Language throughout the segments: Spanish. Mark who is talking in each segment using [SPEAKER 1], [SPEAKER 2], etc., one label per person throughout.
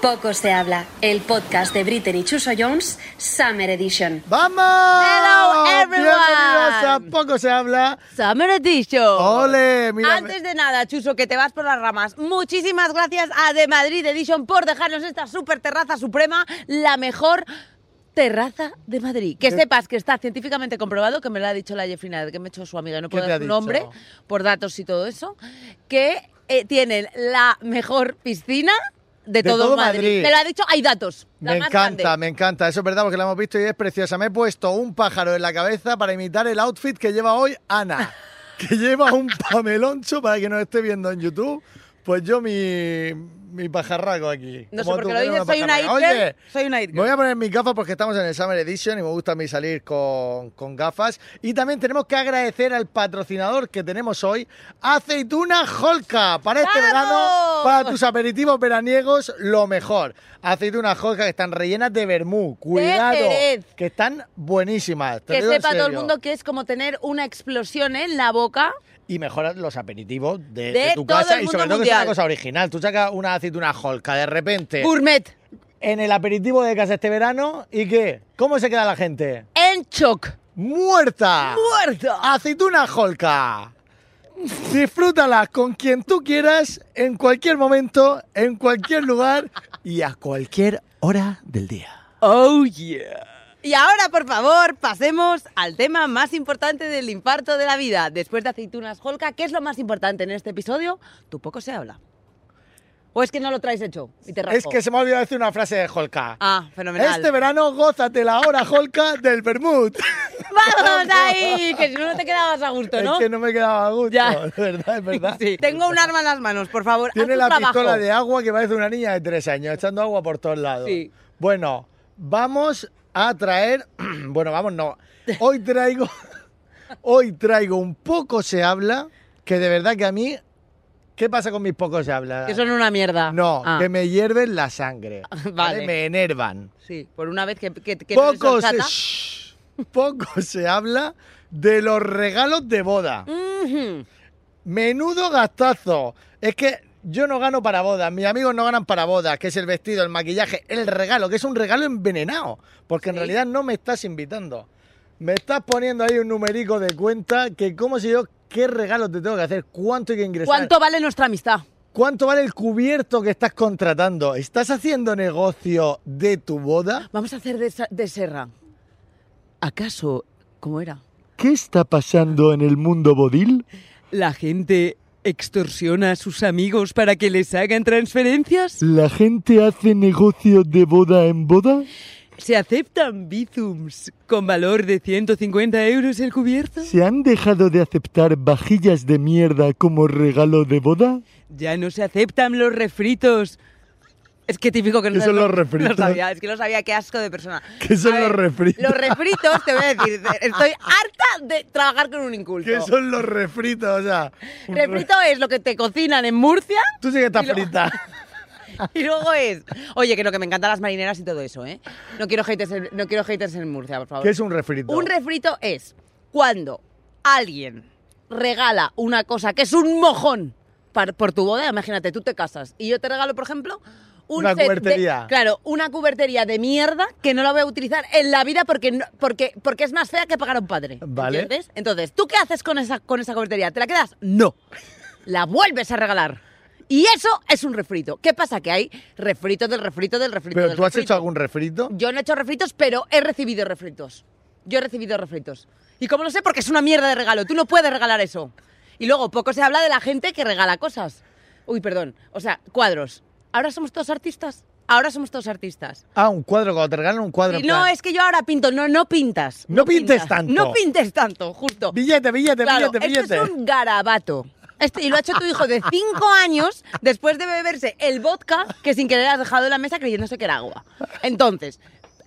[SPEAKER 1] Poco se habla, el podcast de Britney y Chuso Jones, Summer Edition.
[SPEAKER 2] ¡Vamos!
[SPEAKER 3] Hello, everyone.
[SPEAKER 2] Bienvenidos a Poco se habla.
[SPEAKER 3] Summer Edition.
[SPEAKER 2] ¡Ole! Mira,
[SPEAKER 3] Antes de nada, Chuso, que te vas por las ramas. Muchísimas gracias a The Madrid Edition por dejarnos esta super terraza suprema, la mejor terraza de Madrid. Que sepas que está científicamente comprobado, que me lo ha dicho la Jeffrina, que me ha hecho su amiga, no puedo
[SPEAKER 2] te ha
[SPEAKER 3] dar su
[SPEAKER 2] dicho?
[SPEAKER 3] nombre, por datos y todo eso, que eh, tienen la mejor piscina de,
[SPEAKER 2] De
[SPEAKER 3] todo,
[SPEAKER 2] todo
[SPEAKER 3] Madrid.
[SPEAKER 2] Madrid.
[SPEAKER 3] Me lo ha dicho, hay datos. la
[SPEAKER 2] me
[SPEAKER 3] más
[SPEAKER 2] encanta,
[SPEAKER 3] grande.
[SPEAKER 2] me encanta. Eso es verdad, porque la hemos visto y es preciosa. Me he puesto un pájaro en la cabeza para imitar el outfit que lleva hoy Ana, que lleva un pameloncho para que nos esté viendo en YouTube. Pues yo mi, mi pajarraco aquí.
[SPEAKER 3] No sé
[SPEAKER 2] Como
[SPEAKER 3] por
[SPEAKER 2] tú,
[SPEAKER 3] qué lo
[SPEAKER 2] que eres
[SPEAKER 3] dices, soy una
[SPEAKER 2] pajarraca.
[SPEAKER 3] hipster,
[SPEAKER 2] Oye,
[SPEAKER 3] soy una hipster.
[SPEAKER 2] Me voy a poner mis gafas porque estamos en el Summer Edition y me gusta a mí salir con, con gafas. Y también tenemos que agradecer al patrocinador que tenemos hoy, Aceituna Holca, para este
[SPEAKER 3] ¡Vamos!
[SPEAKER 2] verano, para tus aperitivos veraniegos, lo mejor. Aceitunas Holca que están rellenas de vermú, cuidado,
[SPEAKER 3] Jerez!
[SPEAKER 2] que están buenísimas. te
[SPEAKER 3] Que
[SPEAKER 2] lo digo en
[SPEAKER 3] sepa todo el
[SPEAKER 2] serio.
[SPEAKER 3] mundo que es como tener una explosión en la boca.
[SPEAKER 2] Y mejoras los aperitivos de,
[SPEAKER 3] De
[SPEAKER 2] de tu
[SPEAKER 3] todo
[SPEAKER 2] casa
[SPEAKER 3] el
[SPEAKER 2] y
[SPEAKER 3] mundo
[SPEAKER 2] sobre todo que es una
[SPEAKER 3] mundial.
[SPEAKER 2] cosa original. Tú sacas una aceituna Holca de repente
[SPEAKER 3] Gourmet.
[SPEAKER 2] en el aperitivo de casa este verano y ¿qué? ¿Cómo se queda la gente?
[SPEAKER 3] En shock.
[SPEAKER 2] ¡Muerta!
[SPEAKER 3] ¡Muerta!
[SPEAKER 2] ¡Aceituna Holca! Disfrútalas con quien tú quieras, en cualquier momento, en cualquier lugar y a cualquier hora del día.
[SPEAKER 3] Oh yeah. Y ahora, por favor, pasemos al tema más importante del infarto de la vida. Después de aceitunas Holca, ¿qué es lo más importante en este episodio? Tú poco se habla. ¿O es que no lo traes hecho y te rajo?
[SPEAKER 2] Es que se me ha olvidado decir una frase de Holca.
[SPEAKER 3] Ah, fenomenal.
[SPEAKER 2] este verano gózate la hora Holca del Bermud.
[SPEAKER 3] ¡Vamos ahí! Que si no, no te quedabas a gusto, ¿no?
[SPEAKER 2] Es que no me quedaba a gusto,
[SPEAKER 3] Ya.
[SPEAKER 2] es verdad, es verdad.
[SPEAKER 3] Sí. Tengo un arma en las manos, por favor. haz
[SPEAKER 2] Tiene
[SPEAKER 3] tu
[SPEAKER 2] la
[SPEAKER 3] trabajo.
[SPEAKER 2] pistola de agua que parece una niña de tres años, echando agua por todos lados.
[SPEAKER 3] Sí.
[SPEAKER 2] Bueno, vamos a traer. Bueno, vamos, no. Hoy traigo. Hoy traigo un poco se habla, que de verdad que a mí. ¿Qué pasa con mis pocos se habla?
[SPEAKER 3] Que son una mierda.
[SPEAKER 2] No,
[SPEAKER 3] Ah,
[SPEAKER 2] que me hierven la sangre.
[SPEAKER 3] Vale.
[SPEAKER 2] Me enervan.
[SPEAKER 3] Sí, por una vez que, que, que no eres
[SPEAKER 2] Poco se,
[SPEAKER 3] horchata.
[SPEAKER 2] Shh. poco se habla de los regalos de boda.
[SPEAKER 3] Mhm.
[SPEAKER 2] Menudo gastazo. Es que yo no gano para bodas, mis amigos no ganan para bodas, que es el vestido, el maquillaje, el regalo, que es un regalo envenenado, porque en
[SPEAKER 3] Sí.
[SPEAKER 2] realidad no me estás invitando. Me estás poniendo ahí un numerico de cuenta que como si yo qué regalo te tengo que hacer, cuánto hay que ingresar,
[SPEAKER 3] ¿Cuánto vale nuestra amistad?
[SPEAKER 2] cuánto vale el cubierto que estás contratando. ¿Estás haciendo negocio de tu boda?
[SPEAKER 3] Vamos a hacer de, sa- de serra. ¿Acaso, cómo era?
[SPEAKER 2] ¿Qué está pasando en el mundo bodil?
[SPEAKER 3] ¿La gente extorsiona a sus amigos para que les hagan transferencias?
[SPEAKER 2] ¿La gente hace negocio de boda en boda?
[SPEAKER 3] ¿Se aceptan bizums con valor de 150 euros el cubierto?
[SPEAKER 2] ¿Se han dejado de aceptar vajillas de mierda como regalo de boda?
[SPEAKER 3] ¿Ya no se aceptan los refritos? Es que típico que no
[SPEAKER 2] ¿Qué son
[SPEAKER 3] sabes-
[SPEAKER 2] los refritos?
[SPEAKER 3] Lo sabía, es que lo sabía, qué asco de persona.
[SPEAKER 2] ¿Qué son
[SPEAKER 3] A
[SPEAKER 2] los refritos?
[SPEAKER 3] Los refritos, te voy a decir, estoy harta de trabajar con un inculto.
[SPEAKER 2] ¿Qué son los refritos? O sea, un re-
[SPEAKER 3] Refrito es lo que te cocinan en Murcia
[SPEAKER 2] Tú sí que estás
[SPEAKER 3] Y lo-
[SPEAKER 2] frita.
[SPEAKER 3] y luego es. Oye, que no, que me encantan las marineras y todo eso, ¿eh? No quiero haters en, no quiero haters en Murcia, por favor.
[SPEAKER 2] ¿Qué es un refrito?
[SPEAKER 3] Un refrito es cuando alguien regala una cosa que es un mojón par- por tu boda. Imagínate, tú te casas y yo te regalo, por ejemplo, un
[SPEAKER 2] Una
[SPEAKER 3] set de-
[SPEAKER 2] cubertería.
[SPEAKER 3] claro, una cubertería de mierda que no la voy a utilizar en la vida porque, no- porque, porque es más fea que pagar a un padre.
[SPEAKER 2] Vale.
[SPEAKER 3] ¿entiendes? Entonces, ¿tú qué haces con esa, con esa cubertería? ¿Te la quedas? No. La vuelves a regalar. Y eso es un refrito. ¿Qué pasa? Que hay refrito del refrito del refrito
[SPEAKER 2] ¿Pero
[SPEAKER 3] del
[SPEAKER 2] tú has hecho
[SPEAKER 3] refrito.
[SPEAKER 2] algún refrito?
[SPEAKER 3] Yo no he hecho refritos, pero he recibido refritos. Yo he recibido refritos. ¿Y cómo lo sé? Porque es una mierda de regalo. Tú no puedes regalar eso. Y luego, poco se habla de la gente que regala cosas. Uy, perdón. O sea, cuadros. Ahora somos todos artistas. Ahora somos todos artistas.
[SPEAKER 2] Ah, un cuadro, cuando te regalan un cuadro.
[SPEAKER 3] Y
[SPEAKER 2] en
[SPEAKER 3] no,
[SPEAKER 2] plan,
[SPEAKER 3] es que yo ahora pinto. No, no pintas.
[SPEAKER 2] No pintes tanto.
[SPEAKER 3] No pintes tanto, justo.
[SPEAKER 2] Billete, billete,
[SPEAKER 3] Claro,
[SPEAKER 2] billete,
[SPEAKER 3] esto
[SPEAKER 2] billete.
[SPEAKER 3] es un garabato. Este, y lo ha hecho tu hijo de 5 años después de beberse el vodka que sin querer has dejado en la mesa creyéndose que era agua. Entonces,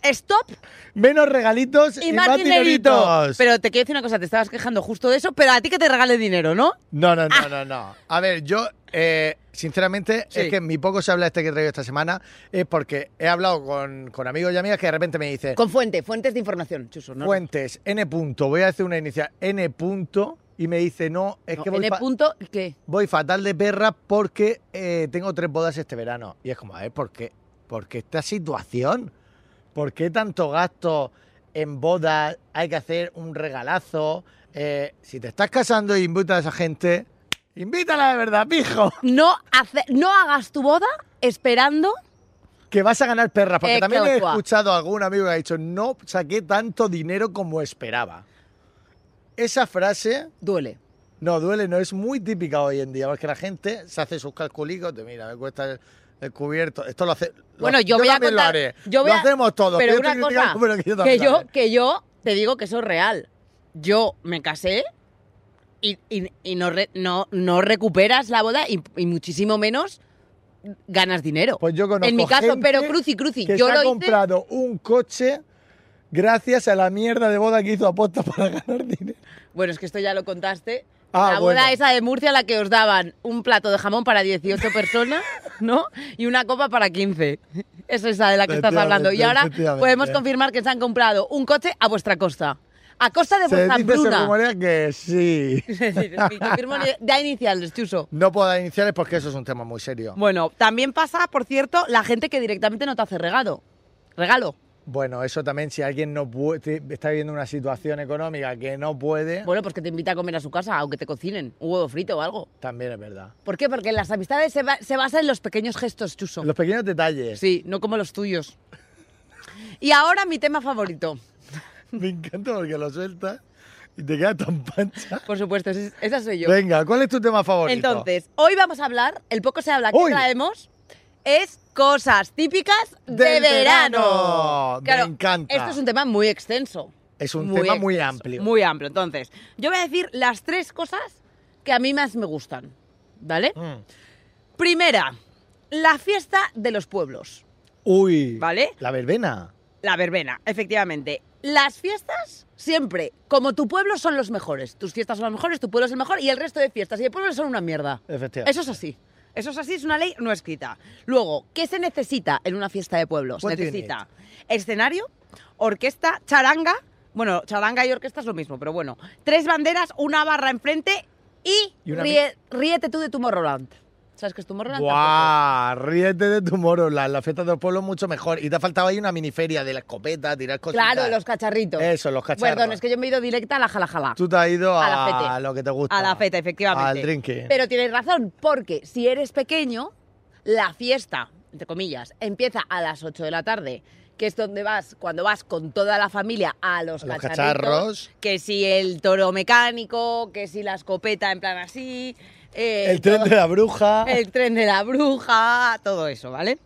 [SPEAKER 3] stop
[SPEAKER 2] Menos regalitos y,
[SPEAKER 3] y más dinerito.
[SPEAKER 2] dineritos.
[SPEAKER 3] Pero te quiero decir una cosa, te estabas quejando justo de eso, pero a ti que te regale dinero, ¿no?
[SPEAKER 2] No, no,
[SPEAKER 3] Ah.
[SPEAKER 2] no, no, no. A ver, yo, eh, sinceramente, es
[SPEAKER 3] Sí.
[SPEAKER 2] que mi poco se habla este que traigo esta semana es porque he hablado con, con amigos y amigas que de repente me dicen,
[SPEAKER 3] Con fuente, fuentes de información, Chuso, ¿no?
[SPEAKER 2] Fuentes, N punto, voy a hacer una inicial, N punto, y me dice, no, es
[SPEAKER 3] No,
[SPEAKER 2] que voy,
[SPEAKER 3] N
[SPEAKER 2] fa-
[SPEAKER 3] punto, ¿qué?
[SPEAKER 2] voy fatal de perra porque eh, tengo tres bodas este verano. Y es como, a ver, ¿por qué? ¿por qué esta situación? ¿Por qué tanto gasto en bodas? Hay que hacer un regalazo. Eh, si te estás casando e invitas a esa gente, invítala de verdad, pijo.
[SPEAKER 3] No, hace- no hagas tu boda esperando.
[SPEAKER 2] Que vas a ganar perras, porque
[SPEAKER 3] Eh,
[SPEAKER 2] también he
[SPEAKER 3] claro, cua.
[SPEAKER 2] escuchado a algún amigo que ha dicho, no saqué tanto dinero como esperaba. Esa frase,
[SPEAKER 3] Duele.
[SPEAKER 2] no duele, no es muy típica hoy en día, porque la gente se hace sus calculicos de, mira, me cuesta el, el cubierto, esto lo hace... lo-
[SPEAKER 3] Bueno, yo, voy a
[SPEAKER 2] también
[SPEAKER 3] contar.
[SPEAKER 2] lo haré,
[SPEAKER 3] yo voy
[SPEAKER 2] lo
[SPEAKER 3] a-
[SPEAKER 2] hacemos todos,
[SPEAKER 3] Pero
[SPEAKER 2] que yo
[SPEAKER 3] una
[SPEAKER 2] estoy
[SPEAKER 3] cosa,
[SPEAKER 2] criticando, pero que yo
[SPEAKER 3] que,
[SPEAKER 2] también lo
[SPEAKER 3] yo,
[SPEAKER 2] haré.
[SPEAKER 3] que yo te digo que eso es real. Yo me casé y, y- y no, re- no, no recuperas la boda y, y muchísimo menos ganas dinero.
[SPEAKER 2] Pues yo conozco
[SPEAKER 3] en mi caso,
[SPEAKER 2] gente
[SPEAKER 3] pero cruci, cruci.
[SPEAKER 2] que
[SPEAKER 3] Yo
[SPEAKER 2] se
[SPEAKER 3] lo
[SPEAKER 2] ha
[SPEAKER 3] hice.
[SPEAKER 2] comprado un coche gracias a la mierda de boda que hizo aposta para ganar dinero.
[SPEAKER 3] Bueno, es que esto ya lo contaste.
[SPEAKER 2] Ah,
[SPEAKER 3] la boda
[SPEAKER 2] bueno.
[SPEAKER 3] esa de Murcia, la que os daban un plato de jamón para 18 personas, ¿no? Y una copa para 15. Es esa de la que estás
[SPEAKER 2] Efectivamente,
[SPEAKER 3] hablando. Y ahora
[SPEAKER 2] efectivamente.
[SPEAKER 3] podemos confirmar que se han comprado un coche a vuestra costa. A costa de
[SPEAKER 2] Se
[SPEAKER 3] vuestra
[SPEAKER 2] dice, se
[SPEAKER 3] bruna.
[SPEAKER 2] rumorea que sí.
[SPEAKER 3] Es decir, es que confirmo ni- da iniciales, Chuso.
[SPEAKER 2] No puedo dar iniciales porque eso es un tema muy serio.
[SPEAKER 3] Bueno, también pasa, por cierto, la gente que directamente no te hace regalo. Regalo.
[SPEAKER 2] Bueno, eso también, si alguien no puede, está viviendo una situación económica que no puede,
[SPEAKER 3] Bueno, pues que te invita a comer a su casa, aunque te cocinen un huevo frito o algo.
[SPEAKER 2] también es verdad.
[SPEAKER 3] ¿Por qué? Porque las amistades se, ba- se basan en los pequeños gestos, Chuso.
[SPEAKER 2] Los pequeños detalles.
[SPEAKER 3] Sí, no como los tuyos. Y ahora mi tema favorito.
[SPEAKER 2] Me encanta porque lo sueltas y te queda tan pancha.
[SPEAKER 3] Por supuesto, es- esa soy yo.
[SPEAKER 2] Venga, ¿cuál es tu tema favorito?
[SPEAKER 3] Entonces, hoy vamos a hablar, el poco se habla que
[SPEAKER 2] Hoy.
[SPEAKER 3] traemos es cosas típicas de
[SPEAKER 2] Del verano.
[SPEAKER 3] verano.
[SPEAKER 2] Me encanta.
[SPEAKER 3] Esto es un tema muy extenso.
[SPEAKER 2] Es un tema muy
[SPEAKER 3] extenso,
[SPEAKER 2] amplio.
[SPEAKER 3] Muy amplio. Entonces, yo voy a decir las tres cosas que a mí más me gustan. ¿Vale?
[SPEAKER 2] Mm.
[SPEAKER 3] Primera, la fiesta de los pueblos.
[SPEAKER 2] Uy.
[SPEAKER 3] Vale.
[SPEAKER 2] La verbena.
[SPEAKER 3] La verbena, efectivamente. Las fiestas, siempre, como tu pueblo, son los mejores. Tus fiestas son las mejores, tu pueblo es el mejor y el resto de fiestas y de pueblo son una mierda.
[SPEAKER 2] Efectivamente.
[SPEAKER 3] Eso es así. Eso es así, es una ley no escrita. Luego, ¿qué se necesita en una fiesta de pueblos?
[SPEAKER 2] What do you
[SPEAKER 3] necesita escenario, orquesta, charanga. Bueno, charanga y orquesta es lo mismo, pero bueno. Tres banderas, una barra enfrente y,
[SPEAKER 2] Y una
[SPEAKER 3] ríe- ríete tú de tu Morroland. ¿Sabes qué es tu Morroland?
[SPEAKER 2] ¡Guau! Ríete de tu moro. La, la fiesta de los pueblos mucho mejor. Y te ha faltado ahí una miniferia de la escopeta, tirar cosas.
[SPEAKER 3] Claro, los cacharritos.
[SPEAKER 2] pues Eso, los cacharros.
[SPEAKER 3] Perdón, es que yo me he ido directa a la jalajala.
[SPEAKER 2] Tú te has ido a,
[SPEAKER 3] a la fete.
[SPEAKER 2] lo que te gusta.
[SPEAKER 3] A la feta, efectivamente.
[SPEAKER 2] Al drinking.
[SPEAKER 3] Pero tienes razón, porque si eres pequeño, la fiesta, entre comillas, empieza a las 8 de la tarde, que es donde vas, cuando vas con toda la familia a los,
[SPEAKER 2] A los
[SPEAKER 3] cacharritos,
[SPEAKER 2] cacharros.
[SPEAKER 3] Que si el toro mecánico, que si la escopeta en plan así. eh,
[SPEAKER 2] el tren
[SPEAKER 3] todo-
[SPEAKER 2] de la bruja.
[SPEAKER 3] el tren de la bruja, todo eso, ¿vale?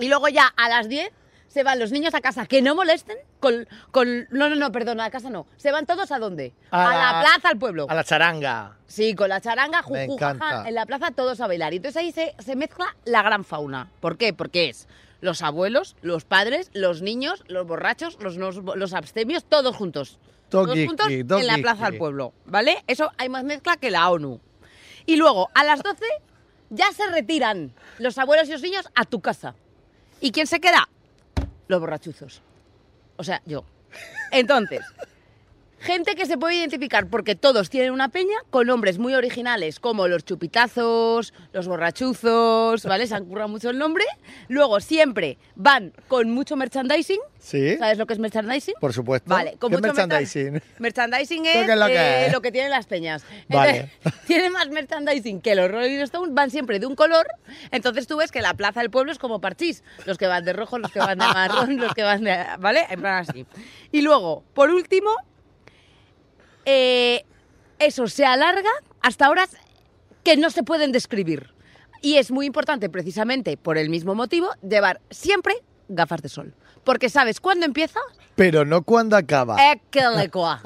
[SPEAKER 3] Y luego ya a las 10 se van los niños a casa, que no molesten con... con no, no, no, perdona, a casa no. ¿Se van todos a dónde?
[SPEAKER 2] A
[SPEAKER 3] A,
[SPEAKER 2] la-
[SPEAKER 3] la plaza, al pueblo.
[SPEAKER 2] A la charanga.
[SPEAKER 3] Sí, con la charanga, ju,
[SPEAKER 2] Me
[SPEAKER 3] ju, jaja,
[SPEAKER 2] encanta.
[SPEAKER 3] en la plaza todos a bailar. Y entonces ahí se, se mezcla la gran fauna. ¿Por qué? Porque es los abuelos, los padres, los niños, los borrachos, los, no- los abstemios, todos juntos.
[SPEAKER 2] Todo
[SPEAKER 3] todos
[SPEAKER 2] kiki,
[SPEAKER 3] juntos
[SPEAKER 2] todo
[SPEAKER 3] en la plaza
[SPEAKER 2] kiki.
[SPEAKER 3] del pueblo, ¿vale? Eso hay más mezcla que la ONU. Y luego, a las 12 ya se retiran los abuelos y los niños a tu casa. ¿Y quién se queda? Los borrachuzos. O sea, yo. Entonces, gente que se puede identificar porque todos tienen una peña con nombres muy originales como los chupitazos, los borrachuzos, ¿vale? Se han currado mucho el nombre. Luego siempre van con mucho merchandising.
[SPEAKER 2] ¿Sí?
[SPEAKER 3] ¿Sabes lo que es merchandising?
[SPEAKER 2] Por supuesto.
[SPEAKER 3] Vale, con
[SPEAKER 2] ¿Qué
[SPEAKER 3] mucho merchan-
[SPEAKER 2] merchandising?
[SPEAKER 3] merchandising
[SPEAKER 2] ¿Tú
[SPEAKER 3] es,
[SPEAKER 2] qué es lo que
[SPEAKER 3] eh,
[SPEAKER 2] es?
[SPEAKER 3] lo que tienen las peñas.
[SPEAKER 2] Vale.
[SPEAKER 3] Entonces, tienen más merchandising que los Rolling Stones, van siempre de un color. Entonces tú ves que la plaza del pueblo es como parchís. Los que van de rojo, los que van de marrón, los que van de... ¿Vale? En plan así. Y luego, por último, eh, eso se alarga hasta horas que no se pueden describir. Y es muy importante, precisamente por el mismo motivo, llevar siempre gafas de sol. Porque sabes cuándo empieza
[SPEAKER 2] Pero no cuando acaba.
[SPEAKER 3] Eh. Ekelekoa.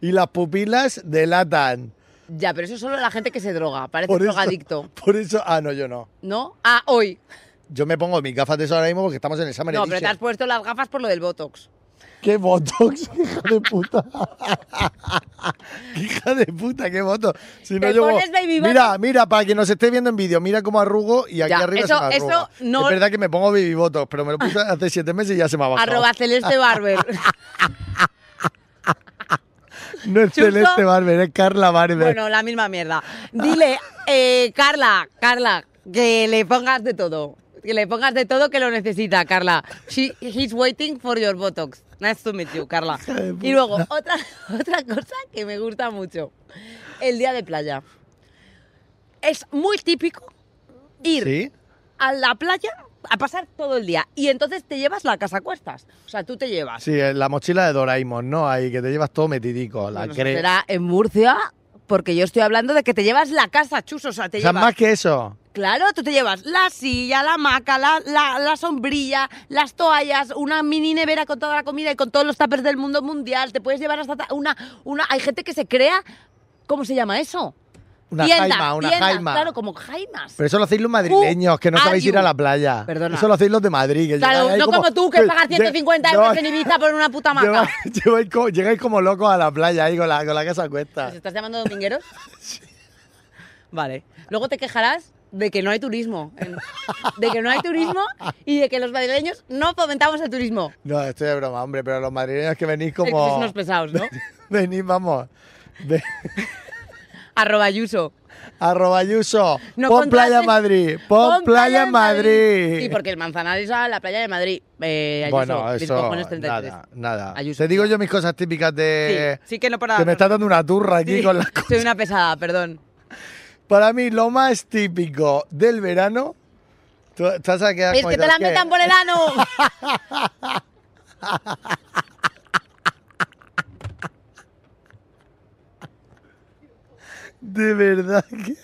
[SPEAKER 2] Y las pupilas delatan.
[SPEAKER 3] Ya, pero eso es solo la gente que se droga, parece
[SPEAKER 2] Por eso,
[SPEAKER 3] drogadicto.
[SPEAKER 2] Por eso. Ah, no, yo no.
[SPEAKER 3] ¿No? Ah, hoy.
[SPEAKER 2] Yo me pongo mis gafas de eso ahora mismo porque estamos en el Summer
[SPEAKER 3] No, pero
[SPEAKER 2] Edition.
[SPEAKER 3] te has puesto las gafas por lo del Botox.
[SPEAKER 2] ¡Qué botox, hija de puta! hija de puta, qué botox. Si no
[SPEAKER 3] Te
[SPEAKER 2] llevo-
[SPEAKER 3] pones baby botox.
[SPEAKER 2] Mira, mira, para quien nos esté viendo en vídeo, mira cómo arrugo y aquí
[SPEAKER 3] Ya,
[SPEAKER 2] arriba se
[SPEAKER 3] eso-
[SPEAKER 2] me arruga.
[SPEAKER 3] eso no-
[SPEAKER 2] Es verdad que me pongo baby botox, pero me lo puse hace siete meses y ya se me ha bajado.
[SPEAKER 3] Arroba Celeste Barber.
[SPEAKER 2] No es
[SPEAKER 3] Chuso.
[SPEAKER 2] Celeste Barber, es Carla Barber.
[SPEAKER 3] bueno, la misma mierda. Dile, eh, Carla, Carla, que le pongas de todo. Que le pongas de todo que lo necesita, Carla. She- he's waiting for your Botox. Nice to meet you, Carla.
[SPEAKER 2] de
[SPEAKER 3] Y luego, otra, otra cosa que me gusta mucho. El día de playa. Es muy típico ir
[SPEAKER 2] Sí.
[SPEAKER 3] a la playa a pasar todo el día. Y entonces te llevas la casa a cuestas. O sea, tú te llevas.
[SPEAKER 2] Sí, en la mochila de Doraemon, ¿no? Ahí que te llevas todo metidico, la
[SPEAKER 3] Bueno, eso
[SPEAKER 2] cre...
[SPEAKER 3] será en Murcia, porque yo estoy hablando de que te llevas la casa, chuso. O sea, te
[SPEAKER 2] O sea,
[SPEAKER 3] llevas.
[SPEAKER 2] más que eso.
[SPEAKER 3] Claro, tú te llevas la silla, la hamaca, la, la- la sombrilla, las toallas, una mini nevera con toda la comida y con todos los tapers del mundo mundial. Te puedes llevar hasta ta- una, una. Hay gente que se crea. ¿Cómo se llama eso?
[SPEAKER 2] Una
[SPEAKER 3] Tiendas,
[SPEAKER 2] jaima, una
[SPEAKER 3] tiendas,
[SPEAKER 2] jaima.
[SPEAKER 3] Claro, como jaimas.
[SPEAKER 2] Pero eso lo hacéis los madrileños, que no
[SPEAKER 3] Who
[SPEAKER 2] sabéis
[SPEAKER 3] are
[SPEAKER 2] ir a
[SPEAKER 3] you?
[SPEAKER 2] la playa.
[SPEAKER 3] Uh, Perdona.
[SPEAKER 2] Eso lo hacéis los de Madrid. Que
[SPEAKER 3] Claro,
[SPEAKER 2] llegáis ahí
[SPEAKER 3] no como, tú que
[SPEAKER 2] Pero
[SPEAKER 3] pagas
[SPEAKER 2] lle-
[SPEAKER 3] 150
[SPEAKER 2] no,
[SPEAKER 3] euros en Ibiza por una puta maca.
[SPEAKER 2] lleva- lleváis como- llegáis como locos a la playa ahí con la, con la casa a cuesta.
[SPEAKER 3] ¿Nos estás llamando domingueros? Vale. Luego te quejarás de que no hay turismo. en- De que no hay turismo y de que los madrileños no fomentamos el turismo.
[SPEAKER 2] No, estoy de broma, hombre, pero los madrileños que venís
[SPEAKER 3] Es que sois
[SPEAKER 2] como...
[SPEAKER 3] unos pesados, ¿no?
[SPEAKER 2] venís, vamos. Ve-
[SPEAKER 3] Arroba Ayuso.
[SPEAKER 2] Arroba Ayuso,
[SPEAKER 3] No
[SPEAKER 2] pon
[SPEAKER 3] contrates-
[SPEAKER 2] Playa Madrid, pon, Playa Madrid.
[SPEAKER 3] Sí, porque el Manzanares a la playa de Madrid. Eh, Ayuso,
[SPEAKER 2] bueno,
[SPEAKER 3] mis
[SPEAKER 2] eso,
[SPEAKER 3] cojones 33.
[SPEAKER 2] nada, nada.
[SPEAKER 3] Ayuso.
[SPEAKER 2] Te digo yo mis cosas típicas de...
[SPEAKER 3] Sí, sí que no para-
[SPEAKER 2] Que me está dando una turra aquí
[SPEAKER 3] Sí,
[SPEAKER 2] con las
[SPEAKER 3] Soy una pesada, perdón.
[SPEAKER 2] Para mí, lo más típico del verano. Tú estás a quedar
[SPEAKER 3] Es
[SPEAKER 2] como
[SPEAKER 3] que te
[SPEAKER 2] diciendo,
[SPEAKER 3] la metan por el ano.
[SPEAKER 2] De verdad que.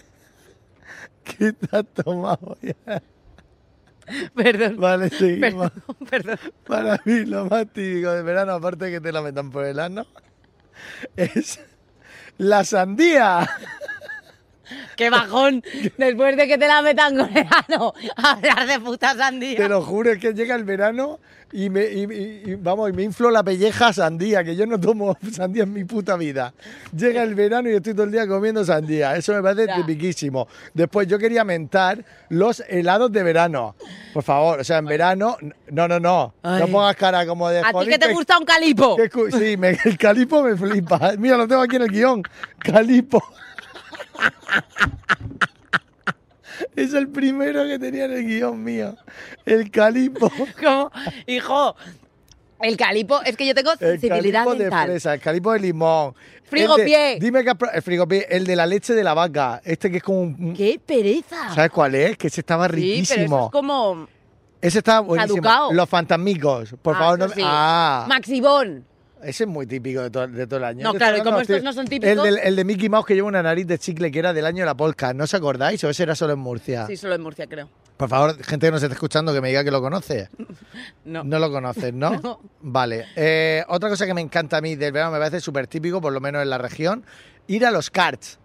[SPEAKER 2] ¿Qué te has tomado ya?
[SPEAKER 3] Perdón.
[SPEAKER 2] Vale, seguimos.
[SPEAKER 3] Perdón, perdón.
[SPEAKER 2] Para mí, lo más típico del verano, aparte que te la metan por el ano, es la sandía.
[SPEAKER 3] ¡Qué bajón! Después de que te la metan con el ano, hablar de puta sandía.
[SPEAKER 2] Te lo juro, es que llega el verano y me, y- y- y, vamos, y me inflo la pelleja a sandía, que yo no tomo sandía en mi puta vida. Llega el verano y estoy todo el día comiendo sandía. Eso me parece
[SPEAKER 3] Ya.
[SPEAKER 2] tipiquísimo. Después yo quería mentar los helados de verano. Por favor, o sea, en verano... No, no, no. No
[SPEAKER 3] Ay.
[SPEAKER 2] pongas cara como de...
[SPEAKER 3] ¿A ti
[SPEAKER 2] "Jolín,
[SPEAKER 3] que te
[SPEAKER 2] qué-
[SPEAKER 3] gusta un calipo?
[SPEAKER 2] qué cu-". Sí, me- el calipo me flipa. Mira, lo tengo aquí en el guión. Calipo. Es el primero que tenía en el guión mío. El calipo.
[SPEAKER 3] Como, hijo, el calipo, es que yo tengo
[SPEAKER 2] El
[SPEAKER 3] sensibilidad
[SPEAKER 2] calipo de
[SPEAKER 3] mental.
[SPEAKER 2] fresa, el calipo de limón.
[SPEAKER 3] Frigopié.
[SPEAKER 2] El de- Dime que has pro- el frigopié, el de la leche de la vaca. Este que es como un...
[SPEAKER 3] ¡Qué pereza!
[SPEAKER 2] ¿Sabes cuál es? Que ese estaba
[SPEAKER 3] sí, pero eso
[SPEAKER 2] riquísimo.
[SPEAKER 3] es como...
[SPEAKER 2] Ese estaba buenísimo.
[SPEAKER 3] Caducao.
[SPEAKER 2] Los fantasmicos. Por
[SPEAKER 3] Ah,
[SPEAKER 2] favor,
[SPEAKER 3] eso
[SPEAKER 2] no...
[SPEAKER 3] sí.
[SPEAKER 2] Ah.
[SPEAKER 3] Maxibón.
[SPEAKER 2] Ese es muy típico de todo, de todo el año.
[SPEAKER 3] No,
[SPEAKER 2] Yo
[SPEAKER 3] claro, y
[SPEAKER 2] estoy
[SPEAKER 3] como
[SPEAKER 2] hablando,
[SPEAKER 3] estos
[SPEAKER 2] tío,
[SPEAKER 3] no son típicos-
[SPEAKER 2] El del- el de, Mickey Mouse que lleva una nariz de chicle que era del año de la polca. ¿No os acordáis? ¿O ese era solo en Murcia?
[SPEAKER 3] Sí, solo en Murcia, creo.
[SPEAKER 2] Por favor, gente que nos está escuchando que me diga que lo conoce.
[SPEAKER 3] No.
[SPEAKER 2] No lo conoces, ¿no?
[SPEAKER 3] No.
[SPEAKER 2] Vale. Eh, otra cosa que me encanta a mí del verano, me parece súper típico, por lo menos en la región, ir a los karts.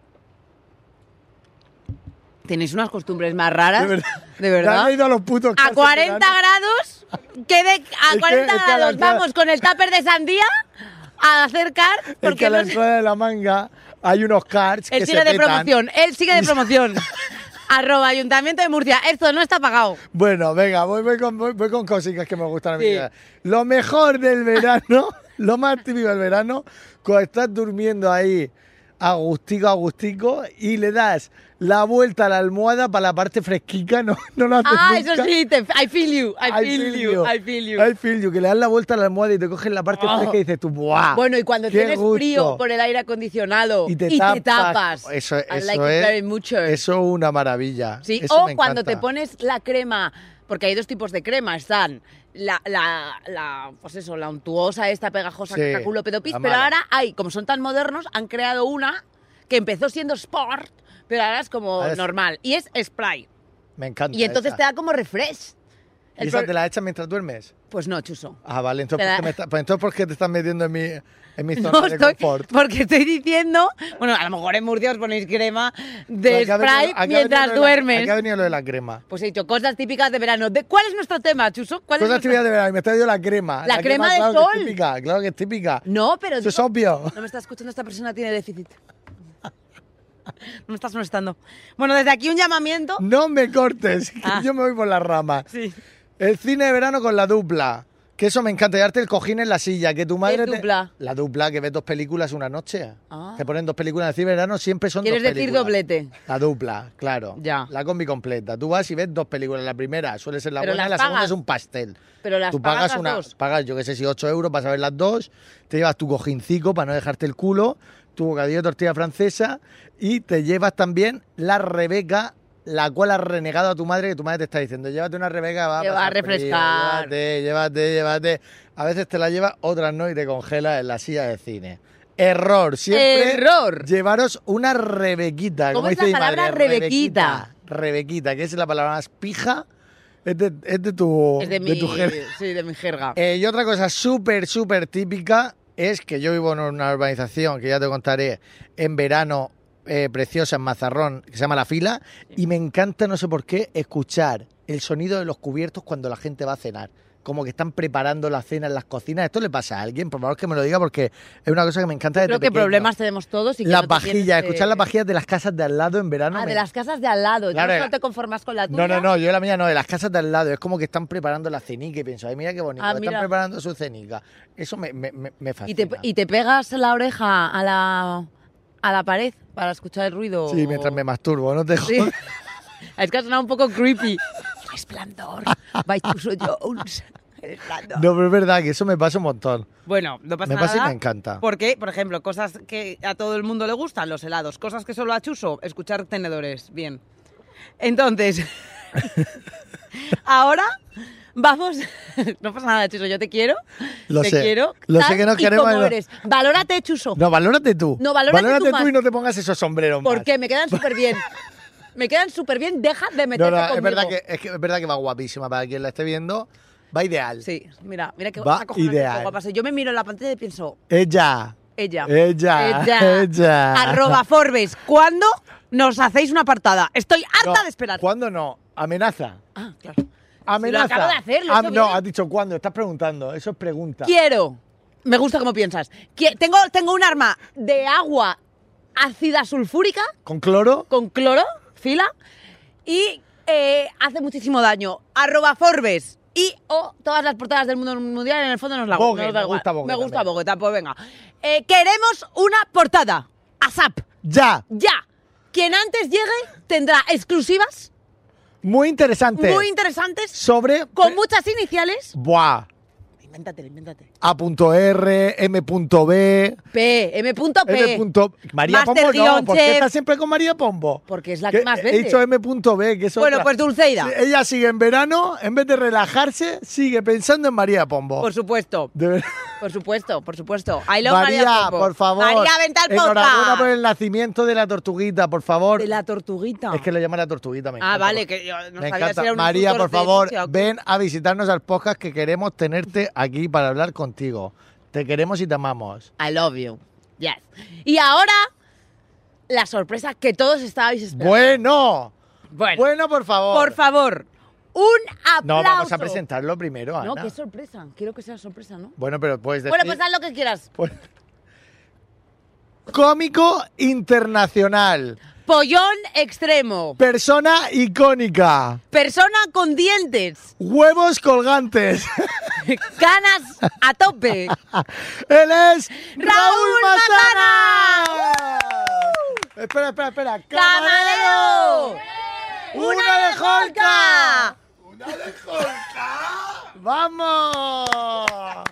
[SPEAKER 3] Tenéis unas costumbres más raras. Ah, De verdad.
[SPEAKER 2] ¿Te has ido a los putos karts
[SPEAKER 3] A
[SPEAKER 2] en
[SPEAKER 3] 40
[SPEAKER 2] verano?
[SPEAKER 3] grados, que de,
[SPEAKER 2] Es
[SPEAKER 3] a
[SPEAKER 2] que-
[SPEAKER 3] 40
[SPEAKER 2] es que a la
[SPEAKER 3] grados
[SPEAKER 2] entrada-
[SPEAKER 3] vamos con el tupper de sandía a hacer car,
[SPEAKER 2] Es que
[SPEAKER 3] porque
[SPEAKER 2] a la
[SPEAKER 3] no-
[SPEAKER 2] entrada de la manga hay unos karts
[SPEAKER 3] Él
[SPEAKER 2] que
[SPEAKER 3] sigue
[SPEAKER 2] se
[SPEAKER 3] de
[SPEAKER 2] petan.
[SPEAKER 3] promoción, él sigue de promoción. Arroba Ayuntamiento de Murcia, esto no está pagado.
[SPEAKER 2] Bueno, venga, voy, voy con, voy- voy con cositas que me gustan a mí.
[SPEAKER 3] Sí.
[SPEAKER 2] Lo mejor del verano, lo más típico del verano, cuando estás durmiendo ahí, agustico, agustico, y le das la vuelta a la almohada para la parte fresquica, no, no lo haces
[SPEAKER 3] Ah,
[SPEAKER 2] nunca.
[SPEAKER 3] eso sí, te- I feel you, I feel, you, I feel you.
[SPEAKER 2] I feel you, que le das la vuelta a la almohada y te coges la parte
[SPEAKER 3] Oh.
[SPEAKER 2] fresca y dices tú, ¡buah!
[SPEAKER 3] Bueno, y cuando
[SPEAKER 2] ah, qué
[SPEAKER 3] tienes frío
[SPEAKER 2] gusto".
[SPEAKER 3] por el aire acondicionado
[SPEAKER 2] y te, tapas, Eso,
[SPEAKER 3] Eso,
[SPEAKER 2] eso
[SPEAKER 3] like
[SPEAKER 2] es,
[SPEAKER 3] it very much.
[SPEAKER 2] eso es una maravilla.
[SPEAKER 3] Sí,
[SPEAKER 2] Eso
[SPEAKER 3] o
[SPEAKER 2] me
[SPEAKER 3] cuando
[SPEAKER 2] encanta.
[SPEAKER 3] te pones la crema, porque hay dos tipos de crema, están la, la, la pues eso, la untuosa, esta pegajosa
[SPEAKER 2] Sí,
[SPEAKER 3] que saca culo pedo pis,
[SPEAKER 2] la
[SPEAKER 3] pero
[SPEAKER 2] mala.
[SPEAKER 3] ahora hay, como son tan modernos, han creado una que empezó siendo sport, pero ahora es como
[SPEAKER 2] Ahora es-
[SPEAKER 3] normal, y es spray.
[SPEAKER 2] Me encanta
[SPEAKER 3] Y entonces
[SPEAKER 2] esa.
[SPEAKER 3] te da como refresh.
[SPEAKER 2] ¿Y
[SPEAKER 3] El
[SPEAKER 2] esa
[SPEAKER 3] pro-
[SPEAKER 2] te la echas mientras duermes?
[SPEAKER 3] Pues no, chuso.
[SPEAKER 2] Ah, vale, entonces, ¿por
[SPEAKER 3] Te la-
[SPEAKER 2] qué, me está- pues entonces ¿por qué te estás metiendo en mi, en mi zona
[SPEAKER 3] No
[SPEAKER 2] de
[SPEAKER 3] estoy,
[SPEAKER 2] confort?
[SPEAKER 3] porque estoy diciendo, bueno, a lo mejor en Murcia os ponéis crema de
[SPEAKER 2] Aquí Pues, ha venido-
[SPEAKER 3] spray
[SPEAKER 2] aquí ha venido
[SPEAKER 3] mientras
[SPEAKER 2] lo de la-
[SPEAKER 3] duermes.
[SPEAKER 2] Aquí ha venido lo de la crema.
[SPEAKER 3] Pues he dicho cosas típicas de verano. ¿De ¿Cuál es nuestro tema, Chuso? ¿Cuál
[SPEAKER 2] Cosas
[SPEAKER 3] es nuestro-
[SPEAKER 2] típicas de verano, y me está diciendo la crema.
[SPEAKER 3] La crema de
[SPEAKER 2] claro que es
[SPEAKER 3] sol.
[SPEAKER 2] típica, claro que es típica.
[SPEAKER 3] No, pero
[SPEAKER 2] Eso es
[SPEAKER 3] digo-
[SPEAKER 2] obvio.
[SPEAKER 3] No me está escuchando, esta persona tiene déficit. No me estás molestando. Bueno, desde aquí un llamamiento.
[SPEAKER 2] No me cortes, que
[SPEAKER 3] Ah.
[SPEAKER 2] yo me voy por las ramas.
[SPEAKER 3] Sí.
[SPEAKER 2] El cine de verano con la dupla. Que eso me encanta, darte el cojín en la silla, que tu madre... te-
[SPEAKER 3] dupla.
[SPEAKER 2] La dupla, que ves dos películas una noche.
[SPEAKER 3] Ah.
[SPEAKER 2] Te ponen dos películas de verano, siempre son
[SPEAKER 3] ¿Quieres
[SPEAKER 2] dos
[SPEAKER 3] decir
[SPEAKER 2] películas.
[SPEAKER 3] doblete?
[SPEAKER 2] La dupla, claro.
[SPEAKER 3] Ya.
[SPEAKER 2] La combi completa. Tú vas y ves dos películas. La primera suele ser la
[SPEAKER 3] Pero
[SPEAKER 2] buena y la
[SPEAKER 3] las
[SPEAKER 2] segunda
[SPEAKER 3] pagas.
[SPEAKER 2] es un pastel.
[SPEAKER 3] Pero las
[SPEAKER 2] Tú
[SPEAKER 3] pagas
[SPEAKER 2] pagas
[SPEAKER 3] las
[SPEAKER 2] una,
[SPEAKER 3] dos.
[SPEAKER 2] pagas, yo qué sé, si 8 euros vas a ver las dos, te llevas tu cojincico para no dejarte el culo, tu bocadillo de tortilla francesa y te llevas también la Rebeca, la cual has renegado a tu madre que tu madre te está diciendo, llévate una Rebeca, va a
[SPEAKER 3] Te va
[SPEAKER 2] pasar
[SPEAKER 3] a refrescar.
[SPEAKER 2] frío, llévate, llévate, llévate. A veces te la llevas, otras no y te congelas en la silla de cine. Error, siempre.
[SPEAKER 3] Error.
[SPEAKER 2] Llevaros una rebequita.
[SPEAKER 3] ¿Cómo
[SPEAKER 2] como
[SPEAKER 3] es la
[SPEAKER 2] dice mi
[SPEAKER 3] palabra
[SPEAKER 2] madre,
[SPEAKER 3] rebequita?
[SPEAKER 2] rebequita. Rebequita, que es la palabra más pija. Es de, es de tu,
[SPEAKER 3] Es de mi,
[SPEAKER 2] tu jerga.
[SPEAKER 3] sí, de mi jerga.
[SPEAKER 2] Eh, y otra cosa súper, súper típica es que yo vivo en una urbanización que ya te contaré en verano, eh, preciosa en Mazarrón, que se llama La Fila, y me encanta, no sé por qué, escuchar el sonido de los cubiertos cuando la gente va a cenar. Como que están preparando la cena en las cocinas. ¿Esto le pasa a alguien? Por favor, que me lo diga porque es una cosa que me encanta desde
[SPEAKER 3] Creo que
[SPEAKER 2] pequeño.
[SPEAKER 3] problemas tenemos todos y que
[SPEAKER 2] Las
[SPEAKER 3] no te tienes
[SPEAKER 2] vajillas,
[SPEAKER 3] que-
[SPEAKER 2] escuchar las vajillas de las casas de al lado en verano.
[SPEAKER 3] Ah,
[SPEAKER 2] me
[SPEAKER 3] de las casas de al lado.
[SPEAKER 2] Claro,
[SPEAKER 3] Tú
[SPEAKER 2] era-
[SPEAKER 3] no te conformas con la
[SPEAKER 2] no,
[SPEAKER 3] tuya.
[SPEAKER 2] no, no, yo la mía no, de las casas de al lado. Es como que están preparando la cenica y pienso, ay, mira qué bonito,
[SPEAKER 3] Ah, mira.
[SPEAKER 2] están preparando su cenica. Eso me, me, me- me
[SPEAKER 3] Y
[SPEAKER 2] fascina.
[SPEAKER 3] te, y te pegas la oreja a la, a la pared para escuchar el ruido.
[SPEAKER 2] Sí, mientras me masturbo, no te
[SPEAKER 3] Sí.
[SPEAKER 2] jodas.
[SPEAKER 3] Es que ha sonado un poco creepy. Resplandor. By Chuso Jones. Resplandor.
[SPEAKER 2] No, pero es verdad que eso me pasa un montón.
[SPEAKER 4] Bueno, no pasa
[SPEAKER 2] Me pasa y
[SPEAKER 4] nada.
[SPEAKER 2] me encanta.
[SPEAKER 4] Porque, por ejemplo, cosas que a todo el mundo le gustan, los helados. Cosas que solo a Chuso, escuchar tenedores. Bien. Entonces, ahora vamos.
[SPEAKER 3] No pasa nada, Chuso, yo te quiero.
[SPEAKER 2] Lo
[SPEAKER 3] te
[SPEAKER 2] sé.
[SPEAKER 3] quiero.
[SPEAKER 2] Lo sé
[SPEAKER 3] tal
[SPEAKER 2] que nos
[SPEAKER 3] y
[SPEAKER 2] queremos,
[SPEAKER 3] como
[SPEAKER 2] no.
[SPEAKER 3] eres. Valórate, Chuso.
[SPEAKER 2] No, valórate tú.
[SPEAKER 3] No, valórate tú más.
[SPEAKER 2] y no te pongas esos sombreros más.
[SPEAKER 3] porque me quedan súper bien. Me quedan súper bien. Deja
[SPEAKER 2] No,
[SPEAKER 3] de meterte
[SPEAKER 2] no, es
[SPEAKER 3] conmigo.
[SPEAKER 2] verdad, que, es, que, es verdad que va guapísima para quien la esté viendo. Va ideal.
[SPEAKER 3] Sí, mira, mira que
[SPEAKER 2] Va ideal.
[SPEAKER 3] guapa soy. Yo me miro en la pantalla y pienso,
[SPEAKER 2] Ella.
[SPEAKER 3] ella.
[SPEAKER 2] Ella.
[SPEAKER 3] Ella.
[SPEAKER 2] Ella.
[SPEAKER 4] Arroba Forbes. ¿Cuándo nos hacéis una apartada? Estoy
[SPEAKER 2] No,
[SPEAKER 4] harta de esperar.
[SPEAKER 2] ¿Cuándo no? Amenaza.
[SPEAKER 3] Ah, claro.
[SPEAKER 2] Amenaza.
[SPEAKER 3] Si lo acabo de hacer, lo he
[SPEAKER 2] Ah,
[SPEAKER 3] hecho
[SPEAKER 2] no,
[SPEAKER 3] bien.
[SPEAKER 2] has dicho cuándo, estás preguntando. Eso es pregunta.
[SPEAKER 3] Quiero. Me gusta cómo piensas. Qui- Tengo, tengo un arma de agua ácida sulfúrica
[SPEAKER 2] ¿Con cloro?
[SPEAKER 3] con cloro, fila, y eh, hace muchísimo daño. Arroba Forbes. Y o todas las portadas del mundo mundial en el fondo nos la
[SPEAKER 2] Vogue,
[SPEAKER 3] nos da
[SPEAKER 2] me
[SPEAKER 3] igual.
[SPEAKER 2] gusta Vogue
[SPEAKER 3] Me gusta
[SPEAKER 2] también.
[SPEAKER 3] Bogotá, pues venga. Eh, queremos una portada. ASAP.
[SPEAKER 2] Ya.
[SPEAKER 3] Ya. Quien antes llegue tendrá exclusivas
[SPEAKER 2] Muy interesante.
[SPEAKER 3] muy interesantes
[SPEAKER 2] Sobre.
[SPEAKER 3] con muchas iniciales.
[SPEAKER 2] Buah.
[SPEAKER 3] Invéntate, invéntate.
[SPEAKER 2] A.R, M.B,
[SPEAKER 3] P, M.P.
[SPEAKER 2] M. María
[SPEAKER 3] Master
[SPEAKER 2] Pombo no,
[SPEAKER 3] guión
[SPEAKER 2] porque
[SPEAKER 3] chef.
[SPEAKER 2] está siempre con María Pombo.
[SPEAKER 3] Porque es la que más vende.
[SPEAKER 2] He dicho M.B, que es
[SPEAKER 3] Bueno,
[SPEAKER 2] otra.
[SPEAKER 3] pues Dulceida.
[SPEAKER 2] Sí, Ella sigue en verano, en vez de relajarse, sigue pensando en María Pombo.
[SPEAKER 4] Por supuesto.
[SPEAKER 2] De ver-
[SPEAKER 3] Por supuesto, por supuesto. I love
[SPEAKER 2] María,
[SPEAKER 3] María, Pombo.
[SPEAKER 2] por favor.
[SPEAKER 3] María, vente al
[SPEAKER 2] Enhorabuena
[SPEAKER 3] podcast.
[SPEAKER 2] por el nacimiento de la tortuguita, por favor.
[SPEAKER 3] De la tortuguita.
[SPEAKER 2] Es que lo llaman la tortuguita, me
[SPEAKER 4] Ah,
[SPEAKER 2] encanta.
[SPEAKER 4] vale, que yo no
[SPEAKER 2] me
[SPEAKER 4] sabía si
[SPEAKER 2] encanta.
[SPEAKER 4] era un
[SPEAKER 2] María,
[SPEAKER 4] insulto
[SPEAKER 2] por
[SPEAKER 4] de
[SPEAKER 2] favor,
[SPEAKER 4] denuncia o qué.
[SPEAKER 2] ven a visitarnos al podcast que queremos tenerte aquí para hablar contigo. Te queremos y te amamos.
[SPEAKER 3] I love you. Yes. Y ahora, la sorpresa que todos estabais esperando.
[SPEAKER 2] Bueno,
[SPEAKER 3] Bueno,
[SPEAKER 2] bueno, por favor.
[SPEAKER 4] Por favor.
[SPEAKER 3] un
[SPEAKER 2] No,
[SPEAKER 3] aplauso.
[SPEAKER 2] vamos a presentarlo primero,
[SPEAKER 3] No,
[SPEAKER 2] Ana.
[SPEAKER 3] qué sorpresa. Quiero que sea sorpresa, ¿no?
[SPEAKER 2] Bueno, pero puedes decir...
[SPEAKER 3] Bueno, pues haz lo que quieras.
[SPEAKER 2] Pues- Cómico internacional.
[SPEAKER 3] Pollón extremo.
[SPEAKER 2] Persona icónica.
[SPEAKER 3] Persona con dientes.
[SPEAKER 2] Huevos colgantes.
[SPEAKER 3] Canas a tope.
[SPEAKER 2] Él es
[SPEAKER 3] Raúl
[SPEAKER 2] Mazana. Espera, espera, espera.
[SPEAKER 3] ¡Camarero!
[SPEAKER 2] ¡Una de Holka!
[SPEAKER 3] Holka!
[SPEAKER 2] ¡Vamos!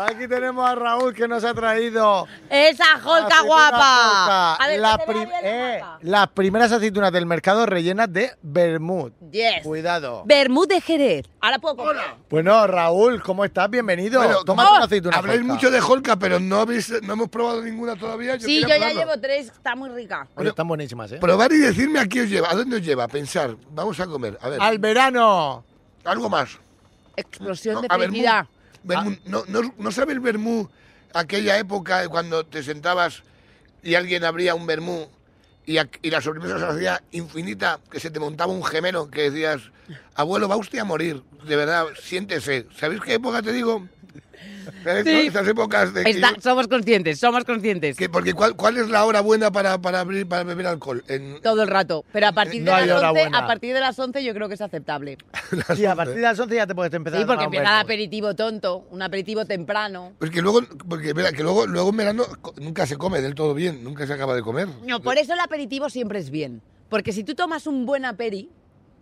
[SPEAKER 2] Aquí tenemos a Raúl que nos ha traído.
[SPEAKER 3] ¡Esa Holka
[SPEAKER 2] aceitunas
[SPEAKER 3] guapa!
[SPEAKER 2] Ah, pues Holka.
[SPEAKER 3] A ver,
[SPEAKER 2] Las
[SPEAKER 3] que se vea
[SPEAKER 2] prim-
[SPEAKER 3] bien la
[SPEAKER 2] eh,
[SPEAKER 3] marca.
[SPEAKER 2] las primeras aceitunas del mercado rellenas de vermut.
[SPEAKER 3] Yes.
[SPEAKER 2] Cuidado.
[SPEAKER 3] Bermud de Jerez. Ahora puedo comprar.
[SPEAKER 2] Bueno, Raúl, ¿cómo estás? Bienvenido.
[SPEAKER 5] Bueno,
[SPEAKER 2] Tómate
[SPEAKER 5] oh,
[SPEAKER 2] una aceituna.
[SPEAKER 5] Habláis
[SPEAKER 2] fresca.
[SPEAKER 5] mucho de Holka, pero no, habéis, no hemos probado ninguna todavía.
[SPEAKER 3] Sí, yo ya
[SPEAKER 5] quería probarlo.
[SPEAKER 3] llevo tres, está muy rica.
[SPEAKER 2] Oye, están buenísimas, ¿eh?
[SPEAKER 5] Probar y decirme a qué os lleva, a dónde os lleva, a pensar. Vamos a comer, a ver,
[SPEAKER 2] ¡Al verano!
[SPEAKER 5] algo más.
[SPEAKER 3] Explosión
[SPEAKER 5] No,
[SPEAKER 3] de
[SPEAKER 5] a ver,
[SPEAKER 3] felicidad.
[SPEAKER 2] eh,
[SPEAKER 3] Ah.
[SPEAKER 5] mu- vermú. no, no, ¿No sabe el vermú aquella época de cuando te sentabas y alguien abría un vermú y, a- y la sorpresa se hacía infinita, que se te montaba un gemelo que decías, abuelo, va usted a morir, de verdad, siéntese. ¿Sabéis qué época te digo? Pero esto-
[SPEAKER 3] Sí.
[SPEAKER 5] Estas épocas de que
[SPEAKER 3] Está-
[SPEAKER 5] yo-
[SPEAKER 3] somos conscientes, somos conscientes.
[SPEAKER 5] que- porque ¿cuál, cuál es la hora buena para, para abrir para beber alcohol? En-
[SPEAKER 3] Todo el rato. Pero a partir, de
[SPEAKER 2] Eh, No hay
[SPEAKER 3] las
[SPEAKER 2] hora
[SPEAKER 3] 11,
[SPEAKER 2] buena.
[SPEAKER 3] a partir de las 11 yo creo que es aceptable.
[SPEAKER 2] Sí, a partir de las 11 ya te puedes empezar
[SPEAKER 3] Sí,
[SPEAKER 2] a
[SPEAKER 3] porque
[SPEAKER 2] tomar un
[SPEAKER 3] empieza el
[SPEAKER 2] vermut.
[SPEAKER 3] aperitivo tonto, un aperitivo temprano.
[SPEAKER 5] porque luego porque verá, que luego luego en verano co- nunca se come del todo bien, nunca se acaba de comer.
[SPEAKER 3] No, por eso el aperitivo siempre es bien. Porque si tú tomas un buen aperi,